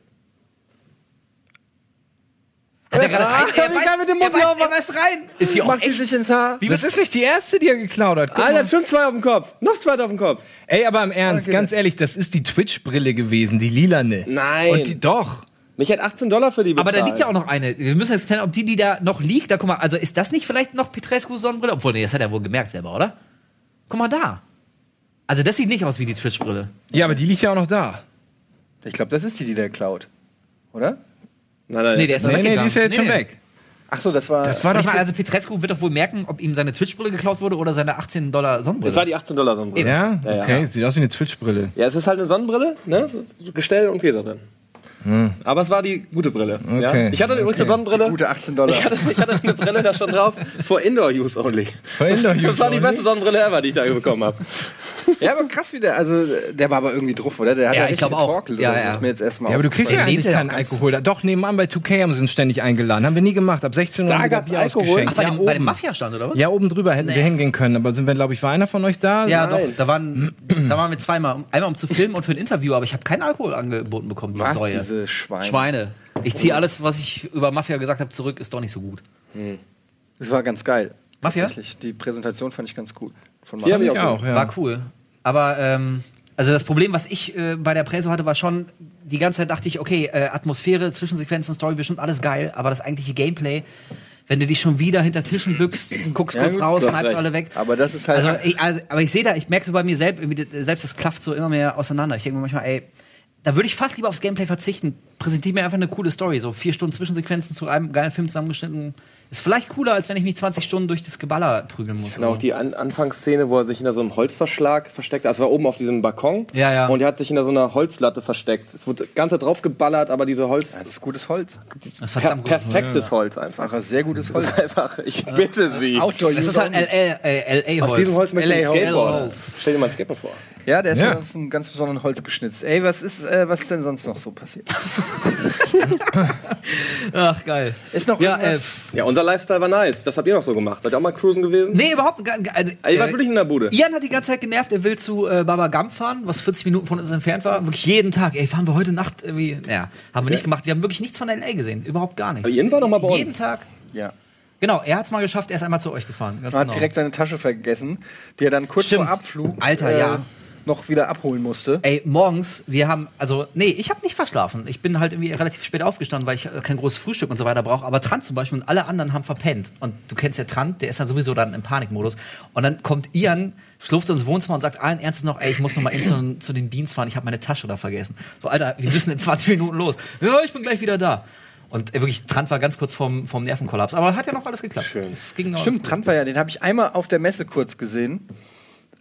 B: Hat er gerade
D: Ah,
B: rein? Er
D: wie
B: weiß,
D: geil mit dem
B: er
D: Mund
B: weiß,
D: laufen.
B: er weiß rein. Ist hier auch
A: Macht die
B: echt.
A: sich ins Haar.
C: das ist nicht die erste, die er geklaut hat. Guck
D: Alter,
C: mal.
D: hat schon zwei auf dem Kopf. Noch zwei auf dem Kopf.
C: Ey, aber im Ernst, ganz ehrlich, das ist die Twitch-Brille gewesen, die lilane.
D: Nein.
C: Und die, doch.
D: Mich hat 18 Dollar für die
B: Aber da
D: bezahlt.
B: liegt ja auch noch eine. Wir müssen jetzt klären, ob die, die da noch liegt, da guck mal, also ist das nicht vielleicht noch Petrescu Sonnenbrille? Obwohl, nee, das hat er wohl gemerkt selber, oder? Guck mal da. Also das sieht nicht aus wie die Twitch-Brille.
C: Ja, aber die liegt ja auch noch da.
A: Ich glaube, das ist die, die der klaut. Oder?
D: Nein, nein.
B: Nee, der ist
C: Nee,
B: nee,
C: nee, die ist ja jetzt schon
B: Nee.
C: weg.
A: Ach so, das war.
C: Das war
B: Ich
C: doch.
B: meine, also Petrescu wird doch wohl merken, ob ihm seine Twitch-Brille geklaut wurde oder seine 18 Dollar
D: das war
B: Sonnenbrille.
D: die 18 Dollar Sonnenbrille.
C: ja?
D: Ja, ja.
C: Okay, sieht aus wie eine Twitch-Brille.
D: Ja, es ist halt eine Sonnenbrille, ne? So- so Gestell und Gläser drin.
B: Hm.
D: Aber es war die gute Brille. Ja?
C: Okay.
D: Ich hatte übrigens eine Sonnenbrille.
A: gute 18 Dollar.
D: Ich hatte, ich hatte eine Brille, da stand drauf, for indoor use only.
C: For indoor
D: das
C: use
D: war die
C: only?
D: beste Sonnenbrille ever, die ich da bekommen habe.
A: ja, aber krass, wie der. Also, der war aber irgendwie drauf, oder? Der hat
B: Ja, ich
A: richtig
B: glaube auch.
A: getorkelt,
B: Ja,
A: oder?
B: ja.
A: Das ist mir jetzt erstmal
C: Ja, aber du kriegst ja
B: Weil
C: eigentlich
B: die lädt ja
C: keinen
B: auch ganz-
C: Alkohol. da. Doch, nebenan bei 2K haben sie uns ständig eingeladen. Haben wir nie gemacht. Ab 16 Uhr
D: Da
C: haben wir
D: gab's
C: die
D: Alkohol?
C: ausgeschenkt.
B: Ach, bei,
C: ja,
B: dem, bei
C: oben.
B: dem Mafia-Stand, oder was?
C: ja, oben drüber hätten wir hingehen können. Aber sind wir, glaube ich, war einer von euch da?
B: Ja,
D: Nein.
B: doch, da waren, da waren wir zweimal. Um- Einmal um zu filmen und für ein Interview, aber ich habe keinen Alkohol angeboten bekommen, die
A: Was,
B: Säue.
A: diese Schweine?
B: Schweine. Ich ziehe alles, was ich über Mafia gesagt habe, zurück, ist doch nicht so gut.
A: Das war ganz geil.
B: Mafia?
A: Tatsächlich. Die Präsentation fand ich ganz cool. Von
D: Die hab
A: Mafia.
C: Ich auch, ja.
B: War cool. Aber ähm, also das Problem, was ich äh, bei der Preso hatte, war schon, die ganze Zeit dachte ich, okay, äh, Atmosphäre, Zwischensequenzen, Story, bestimmt alles geil, aber das eigentliche Gameplay, wenn du dich schon wieder hinter Tischen bückst, guckst kurz
A: gut,
B: raus,
A: du hast
B: schneidest
A: recht.
B: alle weg.
A: Aber das ist halt-
B: Also, ich, also, aber ich sehe da, ich merke so bei mir selbst, irgendwie, das- selbst das klafft so immer mehr auseinander. Ich denke mir manchmal, ey, da würde ich fast lieber aufs Gameplay verzichten. Präsentiere mir einfach eine coole Story. So vier Stunden Zwischensequenzen zu einem geilen Film zusammengeschnitten. Ist vielleicht cooler, als wenn ich mich 20 Stunden durch das Geballer prügeln muss.
D: Genau, auch die An Anfangsszene, wo er sich hinter so einem Holzverschlag versteckt. Also war oben auf diesem Balkon.
B: Ja, ja.
D: Und er hat sich hinter so einer Holzlatte versteckt. Es wurde ganz drauf geballert, aber diese Holz.
A: Das ist gutes Holz.
B: Das ist
D: Per
B: verdammt gut.
D: perfektes Holz einfach.
A: Einfach sehr gutes Holz.
D: Einfach, ich
B: Äh,
D: bitte Sie.
A: Outdoor
B: Das ist halt LA, äh, LA Holz.
D: Aus diesem Holz möchte ich ein
B: LA
D: Skateboard.
B: Holz.
D: Stell dir mal ein Skateboard vor.
A: Ja, der ist
C: Ja.
A: ja. aus einem ganz besonderen Holz geschnitzt. Ey, was ist, äh, was ist denn sonst noch so passiert?
B: Ach, geil.
A: Ist noch
B: ja, äh,
A: irgendwas?
D: Ja, unser Lifestyle war nice. Was habt ihr noch so gemacht? Seid ihr auch mal cruisen gewesen?
B: Nee, überhaupt gar nicht. Also,
D: Ey, Ah, ihr wart wirklich in der Bude.
B: Ian hat die ganze Zeit genervt, er will zu äh, Baba Gump fahren, was 40 Minuten von uns entfernt war. Wirklich jeden Tag. Ey, fahren wir heute Nacht irgendwie. Ja, haben wir nicht gemacht. Wir haben wirklich nichts von LA gesehen. Überhaupt gar nichts.
D: Aber Ian war doch mal bei
B: Jeden
D: uns.
B: Tag.
A: Ja.
B: Genau, er hat es mal geschafft, er ist einmal zu euch gefahren. Ganz
A: Man
B: genau.
A: hat direkt seine Tasche vergessen, die er dann kurz
B: Stimmt.
A: vor Abflug äh,
B: Alter, ja.
A: noch wieder abholen musste.
B: Ey, morgens, wir haben, also, nee, ich habe nicht verschlafen. Ich bin halt irgendwie relativ spät aufgestanden, weil ich äh, kein großes Frühstück und so weiter brauche. Aber Trant zum Beispiel und alle anderen haben verpennt. Und du kennst ja Trant, der ist dann sowieso dann im Panikmodus. Und dann kommt Ian, schlurft ins Wohnzimmer und sagt allen Ernstes noch, ey, ich muss noch mal eben zu, zu den Beans fahren, ich habe meine Tasche da vergessen. So, Alter, wir müssen in 20 Minuten los. Ja, ich bin gleich wieder da. Und Und äh, wirklich, Trant war ganz kurz vorm, vorm Nervenkollaps. Aber hat ja noch alles geklappt. Schön. Es ging noch alles
A: Stimmt, Trant war ja, den habe ich einmal auf der Messe kurz gesehen.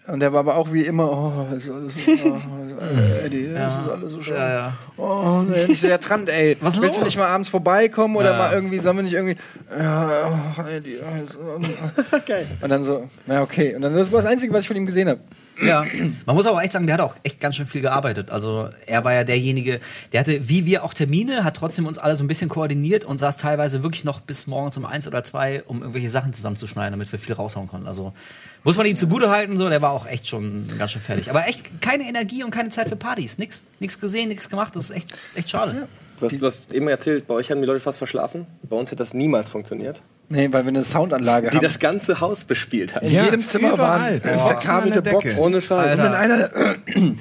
A: Und der war aber auch wie immer, oh, ist alles so, oh, äh, Eddie, das ist alles so schön.
B: Ja, ja.
A: Oh, nee, nicht so der Trant, ey.
B: Was ist
A: Willst du
B: los?
A: nicht mal abends vorbeikommen oder
B: Ja.
A: mal irgendwie, sollen wir nicht irgendwie, ja, oh, Eddie, oh, so, oh.
D: Geil.
A: Und dann so, na okay. Und dann, das war das Einzige, was ich von ihm gesehen habe.
B: Ja, man muss aber echt sagen, der hat auch echt ganz schön viel gearbeitet. Also er war ja derjenige, der hatte, wie wir auch Termine, hat trotzdem uns alle so ein bisschen koordiniert und saß teilweise wirklich noch bis morgens um eins oder zwei, um irgendwelche Sachen zusammenzuschneiden, damit wir viel raushauen konnten. Also muss man ihm zugute halten, so, der war auch echt schon ganz schön fertig. Aber echt keine Energie und keine Zeit für Partys. Nix, nix gesehen, nix gemacht. Das ist echt, echt schade.
D: Du hast, du hast eben erzählt, bei euch haben die Leute fast verschlafen. Bei uns hätte das niemals funktioniert.
A: Nee, weil wir eine Soundanlage
D: Die
A: haben.
D: das ganze Haus bespielt hat.
A: in
C: Ja,
A: jedem Zimmer waren
C: überall.
A: äh,
C: Boah.
A: verkabelte
C: An der Decke.
A: Box. Also,
D: Ohne Scheiß.
A: Wenn einer,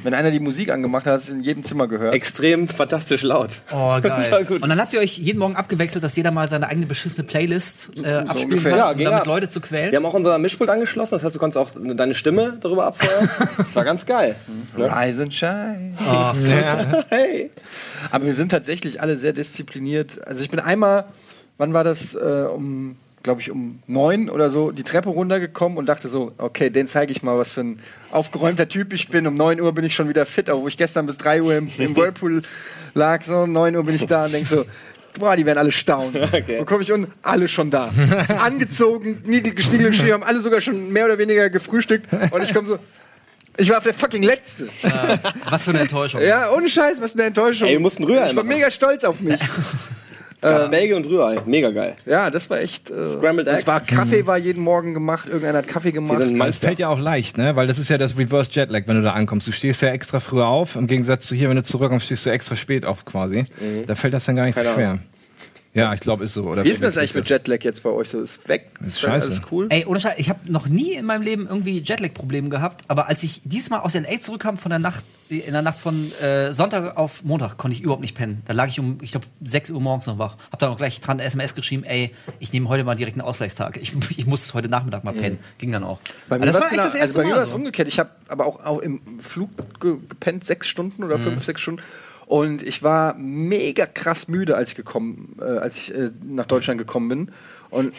A: wenn einer die Musik angemacht hat, hast du in jedem Zimmer gehört.
D: Extrem fantastisch laut.
B: Oh,
D: Das war
B: geil.
D: gut.
B: Und dann habt ihr euch jeden Morgen abgewechselt, dass jeder mal seine eigene beschissene Playlist äh, abspielen
A: ungefähr.
B: kann,
D: Ja,
B: um
D: ging
B: damit
D: ab.
B: Leute zu quälen.
D: Wir haben auch unser Mischpult angeschlossen, das heißt, du konntest auch deine Stimme darüber abfeuern. Das war ganz geil. Ne?
A: Rise and shine.
B: Oh,
D: Hey.
A: Aber wir sind tatsächlich alle sehr diszipliniert. Also ich bin einmal, wann war das, äh, um, glaube ich, um neun oder so, die Treppe runtergekommen und dachte so, okay, den zeige ich mal, was für ein aufgeräumter Typ ich bin. Um neun Uhr bin ich schon wieder fit, obwohl ich gestern bis drei Uhr im, im Whirlpool lag. So, um neun Uhr bin ich da und denke so, boah, die werden alle staunen.
D: Okay.
A: Und komme ich unten, alle schon da. Angezogen, geschniegelt, haben alle sogar schon mehr oder weniger gefrühstückt. Und ich komme so, ich war auf der fucking Letzte.
B: Was für eine Enttäuschung.
A: Ja, ohne Scheiß, was eine Enttäuschung.
D: Ey, wir mussten Rührei
A: Ich war
D: machen.
A: mega stolz auf mich.
D: Äh, Belgien und Rührei, mega geil.
A: Ja, das war echt. Äh,
D: Scrambled
A: das
D: Eggs. Mhm.
A: war Kaffee war jeden Morgen gemacht. Irgendeiner hat Kaffee
D: Die
A: gemacht.
D: sind
C: Das
D: Meister.
C: fällt ja auch leicht, ne? Weil das ist ja das Reverse Jetlag, wenn du da ankommst. Du stehst ja extra früh auf, im Gegensatz zu hier, wenn du zurückkommst, stehst du extra spät auf quasi. Da fällt das dann gar nicht so
D: Keine
C: schwer. Ja, ich glaube, ist so. Oder
A: Wie ist denn das
C: vielleicht
A: eigentlich mit Jetlag jetzt bei euch? So ist weg.
C: Ist scheiße.
A: Alles cool.
B: Ey, ohne Scheiß, ich habe noch nie in meinem Leben irgendwie Jetlag-Probleme gehabt, aber als ich diesmal aus LA zurückkam von der Nacht, in der Nacht von äh, Sonntag auf Montag, konnte ich überhaupt nicht pennen. Da lag ich um, ich glaube, 6 Uhr morgens noch wach. Hab dann auch gleich dran SMS geschrieben, ey, ich nehme heute mal direkt einen Ausgleichstag. Ich, ich muss heute Nachmittag mal pennen. Ging dann auch.
A: Bei mir
B: Aber das
A: war's
B: war echt
A: genau-
B: das
A: also
B: erste
A: bei mir war
B: Mal.
A: es
B: So.
A: umgekehrt. Ich habe aber auch, auch im Flug ge gepennt, sechs Stunden oder
B: Mhm.
A: fünf, sechs Stunden. Und ich war mega krass müde, als ich gekommen, äh, als ich äh, nach Deutschland gekommen bin. Und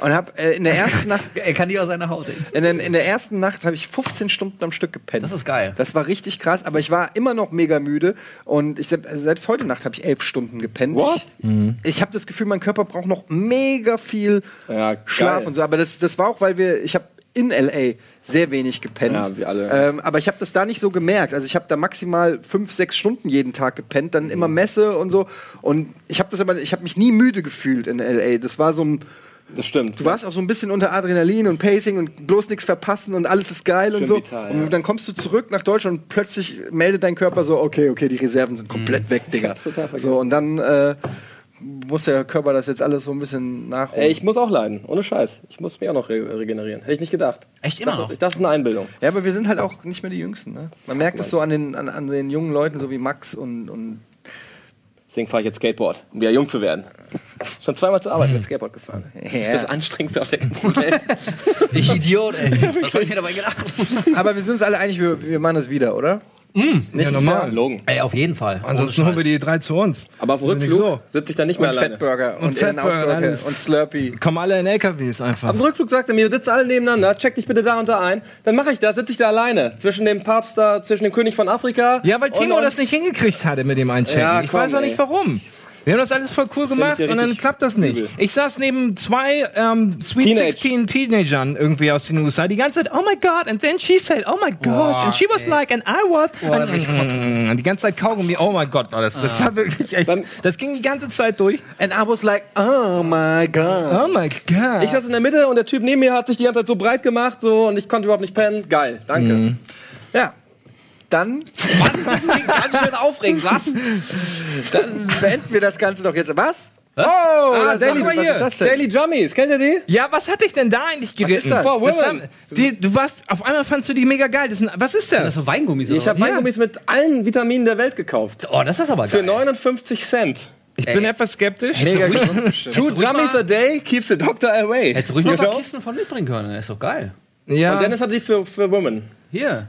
A: und habe äh, in der ersten Nacht
B: Er kann die aus seiner Haut. ey.
A: In, den, in der ersten Nacht habe ich 15 Stunden am Stück gepennt.
B: Das ist geil.
A: Das war richtig krass, aber ich war immer noch mega müde und ich, seb- also selbst heute Nacht habe ich elf Stunden gepennt.
D: What?
A: Ich, ich habe das Gefühl, mein Körper braucht noch mega viel
D: Ja,
A: Schlaf
D: geil.
A: und so. Aber das, das war auch, weil wir, ich habe in LA sehr wenig gepennt.
D: Ja, wir alle.
A: Ähm, aber ich habe das da nicht so gemerkt. Also ich habe da maximal fünf, sechs Stunden jeden Tag gepennt, dann immer Messe und so. Und ich habe das aber, ich habe mich nie müde gefühlt in LA. Das war so ein
D: Das stimmt.
A: Du warst auch so ein bisschen unter Adrenalin und Pacing und bloß nichts verpassen und alles ist geil und
D: Schön
A: so.
D: vital, ja.
A: und dann kommst du zurück nach Deutschland und plötzlich meldet dein Körper so, okay, okay, die Reserven sind komplett weg, Digga.
D: Mhm. hab's total vergessen.
A: So, und dann äh, muss der Körper das jetzt alles so ein bisschen nachholen.
D: Ey, ich muss auch leiden, ohne Scheiß. Ich muss mich auch noch re regenerieren. Hätte ich nicht gedacht.
B: Echt immer
D: ich dachte,
B: noch?
D: Ich dachte, das ist eine Einbildung.
A: ja, aber wir sind halt auch nicht mehr die Jüngsten. Ne? Man merkt es so an den, an, an den jungen Leuten, so wie Max und, und
D: Deswegen fahre ich jetzt Skateboard, um wieder jung zu werden. Schon zweimal zur Arbeit
B: Hm.
D: mit Skateboard gefahren. Das ist das Anstrengendste auf der ganzen Welt.
B: Ich Idiot, ey. Was hab ich mir dabei gedacht?
A: Aber wir sind uns alle einig, wir, wir machen das wieder, oder?
C: Mm. Ja, normal.
D: Logen.
B: ey, auf jeden Fall.
C: Ansonsten
B: Ohne
C: holen wir die drei zu uns.
D: Aber auf dem
C: Ist ja nicht
D: Rückflug sitze ich dann nicht mehr
A: und
D: alleine.
A: Fatburger und,
C: Und
A: In-N-Out
C: Fatburger,
A: Burger
C: alles.
A: und Slurpee.
C: So. Kommen alle in LKWs einfach.
D: Auf dem Rückflug sagte er mir, wir sitzen alle nebeneinander, check dich bitte da und da ein. Dann mache ich das, sitze ich da alleine. Zwischen dem Papst da, zwischen dem König von Afrika.
C: Ja, weil Timo
D: und, und,
C: das nicht hingekriegt hatte mit dem Einchecken.
D: Oh, Ja,
C: ich
D: komm,
C: weiß auch
D: ey.
C: nicht warum. Wir haben das alles voll cool
D: nämlich
C: gemacht
D: ja
C: und dann
D: richtig
C: klappt das nicht.
D: übel.
C: Ich saß neben zwei ähm, Sweet
D: Teenage.
C: 16 Teenagern irgendwie aus den USA die ganze Zeit, oh my god, and then she said, oh my gosh, and she was like, and I was.
B: da will ich kotzen.
C: und die ganze Zeit Kaugummi, oh my god, war das. Das
D: Ah.
C: war wirklich echt.
D: Beim-
C: Das ging die ganze Zeit durch.
A: And I was like, oh my God.
C: Oh my god.
D: Ich saß in der Mitte und der Typ neben mir hat sich die ganze Zeit so breit gemacht so, und ich konnte überhaupt nicht pennen. Geil, danke.
B: Mhm.
A: Ja, dann
B: Mann, das klingt ganz schön aufregend, was?
A: Dann beenden wir das Ganze doch jetzt. Was?
C: oh,
A: Ah,
C: das
A: Daily,
C: machen wir
A: was
C: hier.
A: ist das denn?
D: Daily Drummies, kennt ihr die?
C: Ja, was hat dich denn da eigentlich geritten?
A: ist das?
C: Vor
D: Das
C: Women. die, du warst, auf einmal fandst du die mega geil. Das sind, was ist
B: Das
C: das?
B: ist so Weingummis oder
D: Ich habe
B: was?
D: Weingummis mit allen Vitaminen der Welt gekauft.
B: Oh, das ist aber
D: Für
B: geil.
D: 59 Cent.
C: Ich bin etwas skeptisch.
B: Hättest du ruhig-
D: Two
B: ruhig
D: Drummies
B: mal-
D: a day keeps the doctor away.
B: Hättest du ruhig mal ein
D: You
B: paar
D: know?
B: Kisten von mitbringen können. Ist doch geil.
C: Ja.
D: Und Dennis hatte die für, für Women.
B: Hier.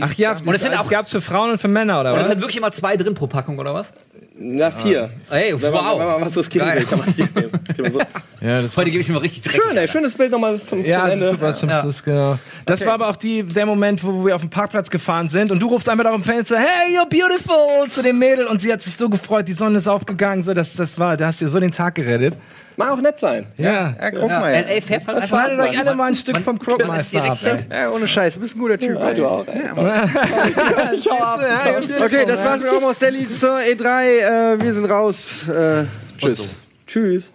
C: Ach ja,
B: Und es sind auch-
C: gab's für Frauen und für Männer, oder
B: Und es
C: was?
B: sind wirklich immer zwei drin pro Packung, oder was?
D: Na, vier.
B: Ey,
D: Wenn man,
B: Ah. wow.
D: wenn man was riskieren
B: Geil.
D: will, kann man vier nehmen. Kann man so.
C: Ja, das
B: Heute gebe ich ihm mal richtig Dreck.
D: Schön, ey, schönes Bild nochmal zum,
C: Ja,
D: zum
C: das,
D: Ende.
C: ist super, zum
B: Ja.
C: Schluss, genau. das war aber auch die, der Moment, wo wir auf den Parkplatz gefahren sind und du rufst einfach auf dem Fenster, hey, you're beautiful, zu dem Mädel und sie hat sich so gefreut, die Sonne ist aufgegangen, so, das, das war, da hast du dir so den Tag gerettet.
D: Mag auch nett sein.
C: Ja.
A: Ja, guck
B: Ja,
A: mal.
B: LA fährt man einfach.
C: Verhaltet euch alle mal ein Stück
B: Man
C: vom
B: ist
C: Crookmaster ab.
B: direkt nett.
A: Ja, ohne Scheiß, du bist ein guter Typ. ey.
D: du auch, ey.
C: Ich
A: E Okay, das war's mit Almost Daily zur E3. Äh, wir sind raus. Äh, tschüss.
D: Tschüss.